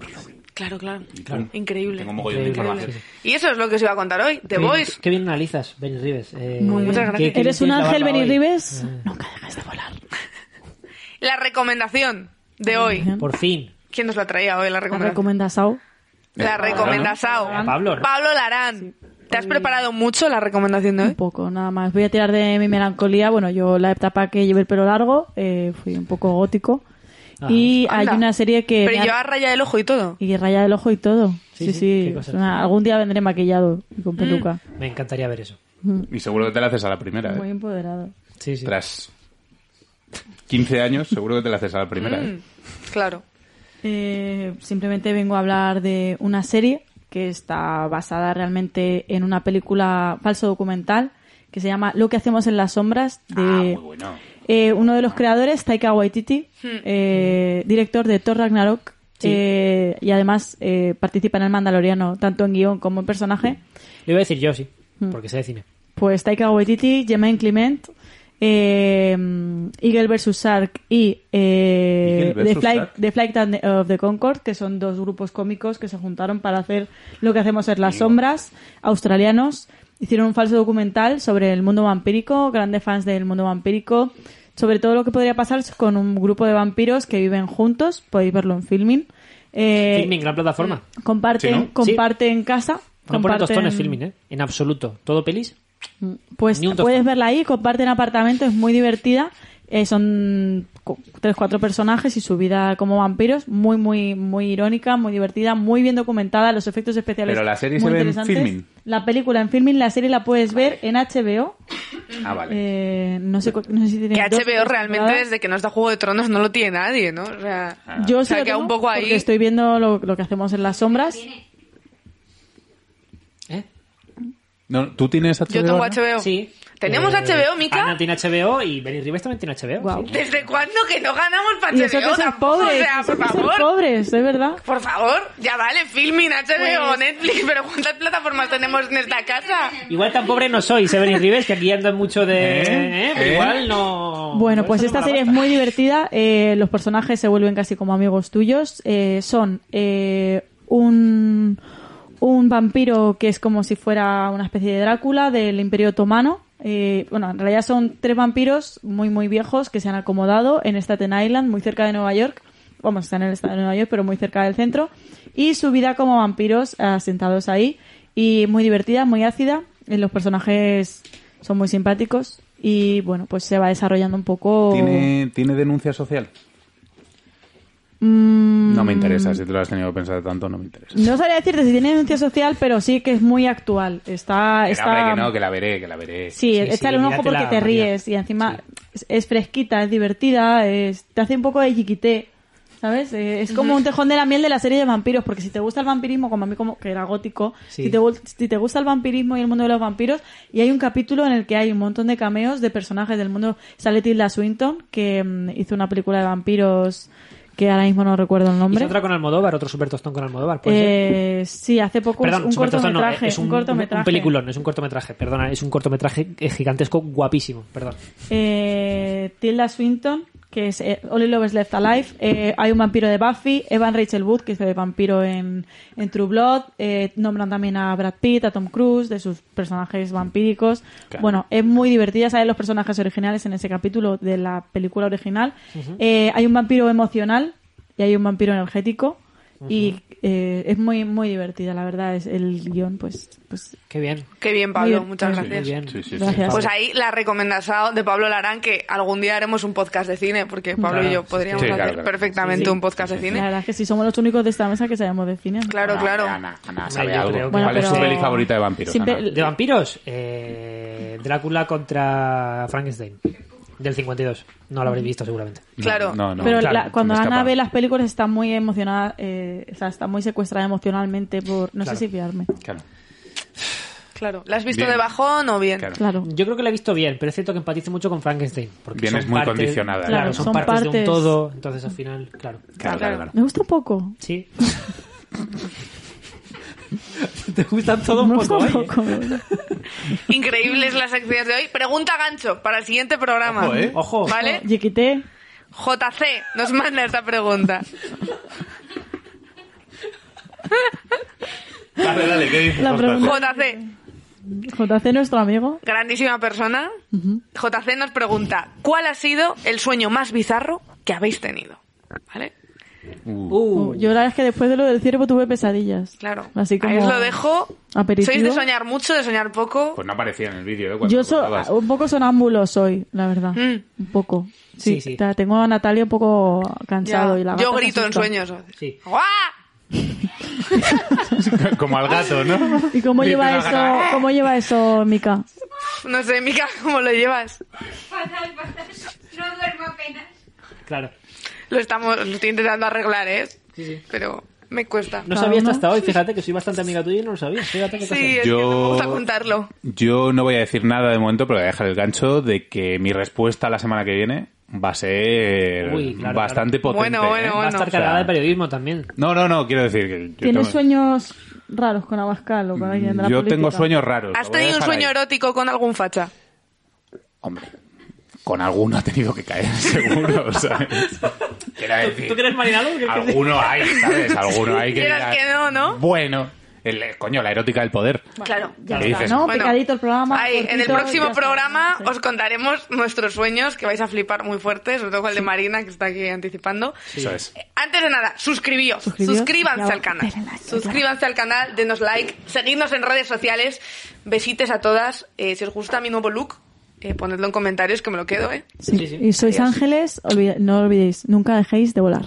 Speaker 2: Claro, claro.
Speaker 6: Claro.
Speaker 2: Increíble.
Speaker 6: Tengo un mogollón de
Speaker 5: Increíble.
Speaker 6: información.
Speaker 2: Y eso es lo que os iba a contar hoy. The
Speaker 5: Qué bien-
Speaker 2: Voice.
Speaker 5: Qué bien analizas, Benny Rives. Eh,
Speaker 3: Muy
Speaker 5: qué-
Speaker 3: bien.
Speaker 2: Muchas gracias.
Speaker 5: qué-
Speaker 3: ¿Eres un
Speaker 5: tienes la
Speaker 3: ángel,
Speaker 5: barba
Speaker 3: Benny
Speaker 5: hoy.
Speaker 3: Rives?
Speaker 5: Eh,
Speaker 3: Nunca dejes de volar.
Speaker 2: La recomendación de hoy.
Speaker 5: Por fin.
Speaker 2: ¿Quién nos la traía hoy, la
Speaker 3: La
Speaker 2: recomendación?
Speaker 3: recomienda Sao.
Speaker 2: La recomendación.
Speaker 6: Eh,
Speaker 5: A Pablo, ¿no?
Speaker 2: Pablo Larán. ¿Te has preparado mucho la recomendación de
Speaker 3: Un
Speaker 2: hoy?
Speaker 3: poco, nada más. Voy a tirar de mi melancolía. Bueno, yo la etapa que llevé el pelo largo, eh, fui un poco gótico.
Speaker 5: Ah.
Speaker 3: y
Speaker 2: Anda.
Speaker 3: hay una serie que... me
Speaker 2: Pero
Speaker 3: ha-
Speaker 2: yo a raya del ojo y todo.
Speaker 3: Y raya del ojo y todo. Sí,
Speaker 5: Sí, sí,
Speaker 3: sí.
Speaker 5: qué cosas.
Speaker 3: Una- algún día vendré maquillado y
Speaker 2: Mm.
Speaker 3: con peluca.
Speaker 5: Me encantaría ver eso.
Speaker 6: Y seguro que te la haces a la primera. ¿eh?
Speaker 3: Muy empoderado.
Speaker 5: Sí, sí.
Speaker 6: Tras 15 años, seguro que te la haces a la primera.
Speaker 3: Mm.
Speaker 6: ¿eh?
Speaker 2: Mm, Claro.
Speaker 3: Eh, simplemente vengo a hablar de una serie que está basada realmente en una película falso documental que se llama Lo que hacemos en las sombras de
Speaker 6: Ah, muy bueno.
Speaker 3: eh, uno de los creadores, Taika Waititi, eh, director de Thor Ragnarok
Speaker 5: Sí.
Speaker 3: eh, y además eh, participa en El Mandaloriano tanto en guión como en personaje.
Speaker 5: Lo iba a decir yo, sí.
Speaker 3: Mm.
Speaker 5: Porque sé de cine.
Speaker 3: Pues Taika Waititi, Jemaine Clement, eh, Eagle vs. Shark y eh,
Speaker 6: Eagle versus
Speaker 3: The, Flight,
Speaker 6: Shark.
Speaker 3: The Flight and- of the Concord, que son dos grupos cómicos que se juntaron para hacer lo que hacemos en las sombras, australianos. Hicieron un falso documental sobre el mundo vampírico, grandes fans del mundo vampírico, sobre todo lo que podría pasar con un grupo de vampiros que viven juntos, podéis verlo en filming. Eh,
Speaker 5: Filming, gran plataforma.
Speaker 3: Comparten,
Speaker 6: Sí, ¿no?
Speaker 3: comparten casa.
Speaker 5: No pone
Speaker 3: comparten-
Speaker 5: tostones filming, ¿eh? En absoluto. Todo pelis.
Speaker 3: pues
Speaker 5: Ni un
Speaker 3: puedes
Speaker 5: tostón.
Speaker 3: verla ahí, comparten apartamento, es muy divertida. Eh, son cu- tres, cuatro personajes y su vida como vampiros, muy, muy, muy irónica, muy divertida, muy bien documentada, los efectos especiales.
Speaker 6: Pero la serie
Speaker 3: muy
Speaker 6: se ve en
Speaker 3: interesantes.
Speaker 6: filming.
Speaker 3: La película en filming, la serie la puedes ver en HBO.
Speaker 6: Ah, vale.
Speaker 3: Eh, no, sé, cu- no sé si tiene
Speaker 2: Que
Speaker 3: dos
Speaker 2: HBO realmente
Speaker 3: temporadas.
Speaker 2: desde que no está Juego de Tronos no lo tiene nadie, ¿no? O sea,
Speaker 3: Yo
Speaker 2: o
Speaker 3: sí
Speaker 2: sea,
Speaker 3: lo
Speaker 2: queda
Speaker 3: tengo
Speaker 2: un poco ahí.
Speaker 3: porque estoy viendo lo, lo que hacemos en las sombras.
Speaker 5: ¿Eh?
Speaker 6: No, ¿Tú tienes HBO?
Speaker 2: Yo tengo
Speaker 6: no?
Speaker 2: HBO.
Speaker 5: Sí.
Speaker 2: ¿Tenemos
Speaker 5: Eh,
Speaker 2: HBO,
Speaker 5: Ana
Speaker 2: Mica?
Speaker 5: tiene HBO y Benny Rivers también tiene HBO.
Speaker 3: Guau.
Speaker 5: sí.
Speaker 2: ¿Desde cuándo que no ganamos para
Speaker 3: Y eso
Speaker 2: HBO?
Speaker 3: que sois
Speaker 2: tampoco? o
Speaker 3: pobres,
Speaker 2: sea,
Speaker 3: eso
Speaker 2: por
Speaker 3: que sois
Speaker 2: favor.
Speaker 3: pobres, es verdad.
Speaker 2: Por favor, ya vale, filming, HBO,
Speaker 3: Pues-
Speaker 2: Netflix, pero ¿cuántas plataformas tenemos en esta casa?
Speaker 5: Igual tan pobre no soy, eh, Benny Rivers, que aquí andan mucho de...
Speaker 4: ¿Eh?
Speaker 5: ¿eh? Pero
Speaker 4: ¿Eh?
Speaker 5: Igual no...
Speaker 3: Bueno,
Speaker 5: no
Speaker 3: pues
Speaker 5: son
Speaker 3: esta
Speaker 5: mala
Speaker 3: serie es
Speaker 5: pasta.
Speaker 3: muy divertida. eh, los personajes se vuelven casi como amigos tuyos. eh, son eh, un, un vampiro que es como si fuera una especie de Drácula del Imperio Otomano. eh, bueno, en realidad son tres vampiros muy, muy viejos que se han acomodado en Staten Island, muy cerca de Nueva York. Vamos, están en el estado de Nueva York, pero muy cerca del centro. Y su vida como vampiros asentados ahí. Y muy divertida, muy ácida. eh, los personajes son muy simpáticos y bueno, pues se va desarrollando un poco.
Speaker 4: ¿Tiene, ¿Tiene denuncia social?
Speaker 3: Mm,
Speaker 4: No me interesa, si te lo has tenido que pensar tanto, no me interesa.
Speaker 3: no sabría decirte si tiene denuncia social, pero sí que es muy actual. Está,
Speaker 4: Que no, hombre,
Speaker 3: está.
Speaker 4: que no, que la veré, que la veré.
Speaker 3: Sí,
Speaker 5: Sí,
Speaker 3: échale
Speaker 5: sí,
Speaker 3: un ojo porque
Speaker 5: míratela,
Speaker 3: te
Speaker 5: María.
Speaker 3: ríes y encima es, es fresquita, es divertida, es- te hace un poco de yiquité, ¿sabes? Eh, Es como un tejón de la miel de la serie de vampiros, porque si te gusta el vampirismo, como a mí como que era gótico,
Speaker 5: Sí.
Speaker 3: si, te, gu- si te gusta el vampirismo y el mundo de los vampiros, y hay un capítulo en el que hay un montón de cameos de personajes del mundo, sale Tilda Swinton, que mm, hizo una película de vampiros que ahora mismo no recuerdo el
Speaker 5: Hizo
Speaker 3: nombre.
Speaker 5: otra con Almodóvar, otro super tostón con Almodóvar. puede ser.
Speaker 3: Eh, sí, hace poco
Speaker 5: Perdón,
Speaker 3: un
Speaker 5: super tostón no, eh,
Speaker 3: cortometraje,
Speaker 5: es un,
Speaker 3: un cortometraje.
Speaker 5: un peliculón, es un cortometraje, perdona, es un cortometraje eh, gigantesco, guapísimo, perdón.
Speaker 3: eh, Tilda Swinton, que es eh, Only Lovers Left Alive, eh, hay un vampiro de Buffy, Evan Rachel Wood, que hizo de vampiro en, en True Blood, eh, nombran también a Brad Pitt, a Tom Cruise, de sus personajes vampíricos. Bueno, es muy divertida, saben los personajes originales en ese capítulo de la película original. Eh, hay un vampiro emocional y hay un vampiro energético. Y eh, es muy muy divertida, la verdad, es el guión, pues, pues
Speaker 5: Qué bien.
Speaker 2: Qué bien, Pablo,
Speaker 3: bien,
Speaker 2: muchas
Speaker 3: muy
Speaker 5: Muy
Speaker 2: gracias.
Speaker 5: bien.
Speaker 4: Sí, sí, sí.
Speaker 3: gracias.
Speaker 2: Pues ahí la recomendación de Pablo Larán, que algún día haremos un podcast de cine, porque Pablo
Speaker 5: Claro,
Speaker 2: y yo
Speaker 5: sí,
Speaker 2: podríamos
Speaker 4: sí,
Speaker 2: hacer
Speaker 4: claro, claro.
Speaker 2: perfectamente
Speaker 5: Sí, sí.
Speaker 2: un podcast de
Speaker 3: la
Speaker 2: cine.
Speaker 3: verdad es que sí somos los únicos de esta mesa que sabemos de cine. ¿no?
Speaker 2: Claro, claro.
Speaker 4: Ana, Ana,
Speaker 5: Hombre,
Speaker 4: sabe
Speaker 5: yo
Speaker 4: algo.
Speaker 5: creo que-
Speaker 4: ¿Cuál
Speaker 3: Bueno,
Speaker 4: es su
Speaker 3: pero-
Speaker 4: peli favorita de vampiros?
Speaker 3: Siempre-
Speaker 4: Ana?
Speaker 5: ¿De vampiros? Eh, Drácula contra Frankenstein, del 52. No lo habréis visto seguramente.
Speaker 4: No,
Speaker 2: Claro.
Speaker 4: no, no,
Speaker 3: Pero
Speaker 5: claro, este
Speaker 3: la-
Speaker 5: se
Speaker 3: cuando
Speaker 4: me
Speaker 3: Ana
Speaker 4: escapa.
Speaker 3: ve las películas está muy emocionada, eh, o sea, está muy secuestrada emocionalmente por... No
Speaker 5: Claro.
Speaker 3: sé si fiarme.
Speaker 4: Claro.
Speaker 2: Claro. ¿La has visto
Speaker 4: Bien.
Speaker 2: de bajón o bien?
Speaker 4: Claro.
Speaker 3: Claro.
Speaker 5: Yo creo que la he visto bien, pero es cierto que empatice mucho con Frankenstein. Porque
Speaker 4: Vienes
Speaker 5: son
Speaker 4: muy
Speaker 5: partes-
Speaker 4: condicionada,
Speaker 5: Claro,
Speaker 3: Claro,
Speaker 5: son,
Speaker 3: son
Speaker 5: partes, de un
Speaker 3: partes.
Speaker 5: todo, entonces al final, claro.
Speaker 4: Claro, claro, claro.
Speaker 3: Me gusta un poco.
Speaker 5: Sí. Te gustan todos
Speaker 3: Me
Speaker 5: un
Speaker 3: gusta
Speaker 5: poco,
Speaker 3: un
Speaker 5: oye.
Speaker 3: poco.
Speaker 2: Increíbles las actividades de hoy. Pregunta gancho para el siguiente programa.
Speaker 4: Ojo, ¿eh?
Speaker 5: Ojo.
Speaker 2: ¿Vale?
Speaker 3: Yiquité.
Speaker 2: JC nos manda esta pregunta.
Speaker 4: Dale, dale, ¿qué dices?
Speaker 3: La
Speaker 4: Ostras,
Speaker 3: pregunta-
Speaker 2: JC,
Speaker 3: JC, nuestro amigo.
Speaker 2: grandísima persona. JC nos pregunta, ¿cuál ha sido el sueño más bizarro que habéis tenido? ¿Vale?
Speaker 4: Uh,
Speaker 5: Uh,
Speaker 3: Yo la verdad es que después de lo del ciervo tuve pesadillas.
Speaker 2: Claro.
Speaker 3: Así como...
Speaker 2: Ahí os lo dejo.
Speaker 3: aperitivo.
Speaker 2: Sois de soñar mucho, de soñar poco.
Speaker 4: Pues no aparecía en el vídeo, ¿eh? Cuando
Speaker 3: Yo
Speaker 5: pues,
Speaker 3: uh,
Speaker 4: lo
Speaker 3: soy
Speaker 4: contabas.
Speaker 3: un poco sonámbulo soy, la verdad.
Speaker 2: Mm.
Speaker 3: Un poco. Sí,
Speaker 5: Sí, sí.
Speaker 3: ta- Tengo a Natalia un poco cansado.
Speaker 2: Ya.
Speaker 3: Y la
Speaker 2: Yo
Speaker 3: gata me
Speaker 2: grito en
Speaker 3: asusta.
Speaker 2: sueños.
Speaker 5: Sí.
Speaker 2: ¡Guau!
Speaker 4: Como al gato, ¿no?
Speaker 3: ¿Y cómo
Speaker 4: Dice
Speaker 3: lleva
Speaker 4: la gana,
Speaker 3: eso, cómo lleva eso, Mika?
Speaker 2: No sé, Mica, ¿cómo lo llevas?
Speaker 7: Fatal, fatal. Pues, No duermo apenas.
Speaker 5: claro.
Speaker 2: Lo estamos, lo estoy intentando arreglar, ¿eh? Pero me cuesta.
Speaker 5: No
Speaker 3: Cada
Speaker 5: sabía esto
Speaker 3: uno.
Speaker 5: hasta hoy, fíjate que soy bastante amiga tuya y no lo sabía. Fíjate qué
Speaker 2: Sí, es que no me
Speaker 4: Yo-
Speaker 2: gusta contarlo.
Speaker 4: Yo no voy a decir nada de momento, pero voy a dejar el gancho de que mi respuesta la semana que viene va a ser
Speaker 5: Uy, claro,
Speaker 4: bastante
Speaker 2: claro.
Speaker 4: potente.
Speaker 2: Bueno, bueno,
Speaker 4: ¿eh?
Speaker 5: Va a
Speaker 2: bueno.
Speaker 5: estar
Speaker 4: sea-
Speaker 5: cargada de periodismo también.
Speaker 4: No, no, no, quiero decir que... yo
Speaker 3: ¿Tienes
Speaker 4: tengo-
Speaker 3: sueños raros con Abascal o con alguien de la
Speaker 4: Yo
Speaker 3: política?
Speaker 4: tengo sueños raros.
Speaker 2: ¿Has
Speaker 4: lo voy a
Speaker 2: tenido un
Speaker 4: dejar
Speaker 2: sueño
Speaker 4: ahí.
Speaker 2: erótico con algún facha?
Speaker 4: Hombre, con alguno ha tenido que caer, seguro, ¿sabes? Quiero decir,
Speaker 5: ¿Tú crees, Marinalo? que- que-
Speaker 4: alguno hay, ¿sabes? Alguno hay que...
Speaker 2: Quieras
Speaker 4: dirá,
Speaker 2: que no, ¿no?
Speaker 4: Bueno, el- eh, coño, la erótica del poder.
Speaker 2: Claro.
Speaker 3: Ya
Speaker 4: ¿Qué
Speaker 3: está,
Speaker 4: dices?
Speaker 3: ¿no?
Speaker 2: Bueno,
Speaker 3: Picadito el programa.
Speaker 2: ahí, en el
Speaker 3: cortito, ya
Speaker 2: próximo
Speaker 3: está.
Speaker 2: programa
Speaker 3: Sí.
Speaker 2: os contaremos nuestros sueños, que vais a flipar muy fuerte, sobre todo con el de Marina, que está aquí anticipando.
Speaker 4: Eso es.
Speaker 2: Eh, Antes de nada, suscribíos,
Speaker 3: Suscribíos.
Speaker 2: suscríbanse
Speaker 3: Ya,
Speaker 2: al canal.
Speaker 3: denle like,
Speaker 2: Suscríbanse al canal, denos like, seguidnos en redes sociales, besites a todas. Eh, si os gusta mi nuevo look, eh, ponedlo en comentarios que me lo quedo, ¿eh?
Speaker 3: Sí.
Speaker 5: Sí, sí.
Speaker 3: Y sois ángeles, olvida- no olvidéis, nunca dejéis de volar.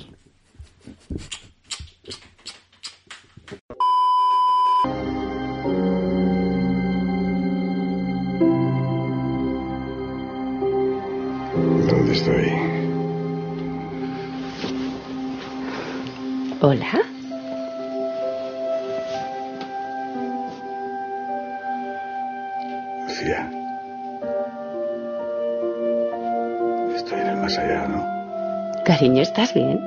Speaker 9: ¿Dónde estoy?
Speaker 10: Hola.
Speaker 9: Lucía.
Speaker 1: Cariño, ¿estás bien?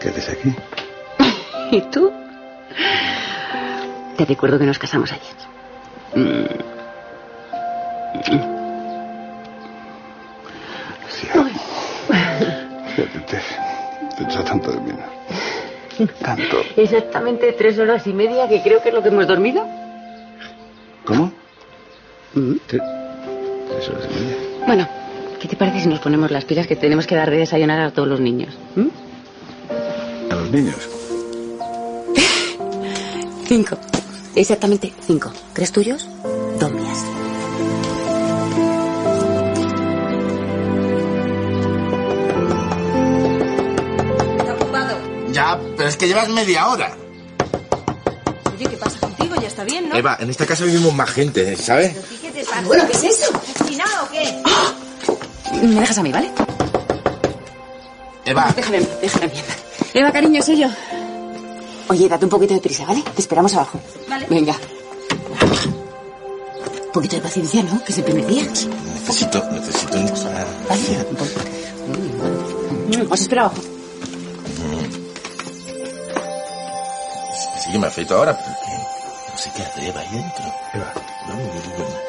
Speaker 4: ¿Qué haces aquí?
Speaker 1: ¿Y tú? Te recuerdo que nos casamos ayer.
Speaker 4: Sí, fíjate, te, te echo tanto de menos. Tanto.
Speaker 1: Exactamente tres horas y media, que creo que es lo que hemos dormido.
Speaker 4: ¿Cómo?
Speaker 1: Mm.
Speaker 4: Te- Tres horas y media.
Speaker 1: Bueno, ¿qué te parece si nos ponemos las pilas que tenemos que dar de desayunar a todos los niños? ¿Mm? ¿m?
Speaker 4: ¿A los niños?
Speaker 1: Cinco. Exactamente cinco. ¿Tres tuyos? Dos mías.
Speaker 5: Ya, pero es que llevas media hora.
Speaker 11: Oye, ¿qué pasa contigo? Ya está bien, ¿no?
Speaker 5: Eva, en esta casa vivimos más gente, ¿sabes?
Speaker 11: ¿Qué te pasa? Bueno, ¿qué es eso? ¿Asesinado o qué?
Speaker 1: Me dejas a mí, ¿vale?
Speaker 5: Eva,
Speaker 1: Déjame, déjame bien. Eva, cariño, soy yo. Oye, date un poquito de prisa, ¿vale? Te esperamos abajo.
Speaker 11: Vale.
Speaker 1: Venga. Un poquito de paciencia, ¿no? Que es el primer día.
Speaker 5: necesito, necesito un...
Speaker 1: Vale. un poco. Mm, Os espero abajo.
Speaker 5: Mm. Sí, yo me afeito ahora, pero que no sé qué hace Eva ahí dentro. Eva. No, no, no, no.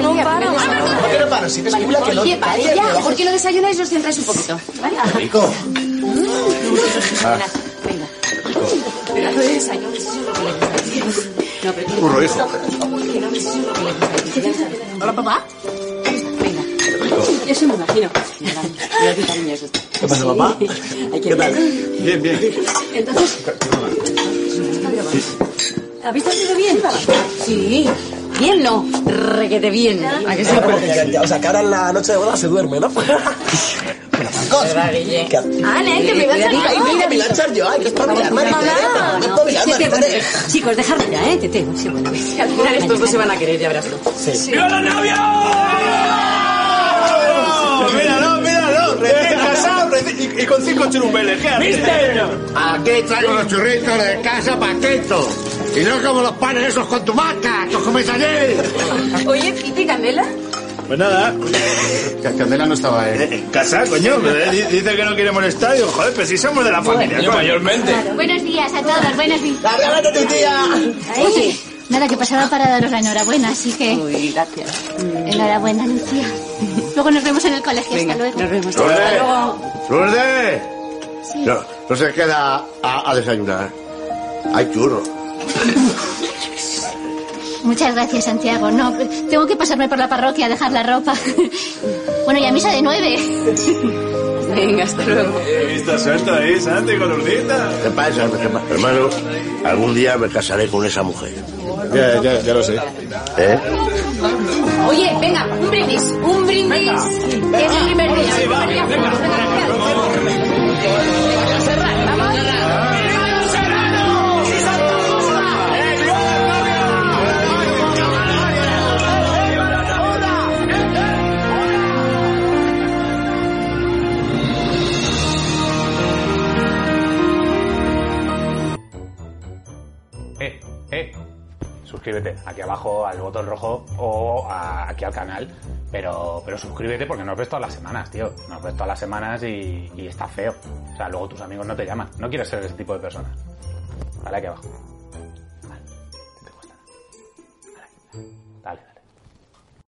Speaker 11: No paro.
Speaker 5: ¿Por qué no paro? Si te estimula que no...
Speaker 11: Oye,
Speaker 5: Ahí,
Speaker 11: vale, ya.
Speaker 5: abajo.
Speaker 11: ¿Por qué no desayunáis y os centráis un poquito? ¿Vale?
Speaker 5: Rico. Ah,
Speaker 1: Venga.
Speaker 11: Pedazo de desayuno.
Speaker 1: No, pero tiene-
Speaker 4: Burro, hijo.
Speaker 1: Hola, papá. Venga. Yo sí me imagino. Mira, mira qué cariñoso está.
Speaker 5: ¿Qué pasa, papá?
Speaker 1: Sí. Hay que
Speaker 5: ¿Qué tal?
Speaker 1: ver.
Speaker 4: Bien, bien.
Speaker 1: Entonces, ¿habéis dormido bien? Sí. Bien no, requete bien. ¿A que sí?
Speaker 5: O sea, que ahora en la noche de boda se duerme, ¿no? Pero, Paco, que-
Speaker 11: Ale, que me vas a
Speaker 1: Cuidadito,
Speaker 5: que
Speaker 11: liar.
Speaker 5: me la echar yo, ay, que es para mirarme,
Speaker 1: No,
Speaker 5: Maritere,
Speaker 1: no,
Speaker 5: no es
Speaker 1: no.
Speaker 5: para mirarme,
Speaker 1: Tete, bueno,
Speaker 5: Maritere.
Speaker 1: Chicos, dejadme ya, ¿eh? Te tengo. Sí, bueno. Al final estos dos se van a querer, ya verás tú.
Speaker 5: ¡Viva los novios! Pues Míralo, míralo, recién casado recién- y, y con cinco churumbeles. ¿Qué
Speaker 9: Aquí traigo los churritos de casa paquetos. Y no como los panes esos con tu maca, que os coméis ayer.
Speaker 11: Oye, Piti Canela.
Speaker 9: Pues nada. Candela no estaba
Speaker 5: En casa, coño, me- di- dice que no quiere molestar. Digo, joder, pues si somos de la familia. mayormente.
Speaker 3: Buenos días a todos, buenos días.
Speaker 5: ¡Agárrate tu tía!
Speaker 3: Ay, nada, que pasaba para daros la enhorabuena, así que...
Speaker 1: Uy, gracias.
Speaker 3: Enhorabuena, Lucía. Luego nos vemos en el colegio,
Speaker 1: Venga,
Speaker 3: hasta luego.
Speaker 1: nos vemos.
Speaker 9: ¡Lourdes!
Speaker 1: luego.
Speaker 9: ¡Lourdes! No, no se queda a, a desayunar. Hay churro.
Speaker 3: Muchas gracias, Santiago. No, tengo que pasarme por la parroquia a dejar la ropa. Bueno, y a misa de nueve.
Speaker 1: Venga, hasta luego.
Speaker 5: He visto suelto ahí, Santi, con Urdita.
Speaker 9: ¿Qué pasa, qué pasa? hermano? Algún día me casaré con esa mujer.
Speaker 4: Ya, ya, ya lo sé.
Speaker 9: ¿Eh?
Speaker 11: Oye, venga, un brindis. Un brindis. Que es el primer día. Venga, Serrat, vamos.
Speaker 6: Eh, eh. Suscríbete aquí abajo al botón rojo o a- aquí al canal. Pero, pero suscríbete porque nos ves todas las semanas, tío. Nos ves todas las semanas y, y está feo. O sea, luego tus amigos no te llaman. No quieres ser ese tipo de persona. Vale, aquí abajo.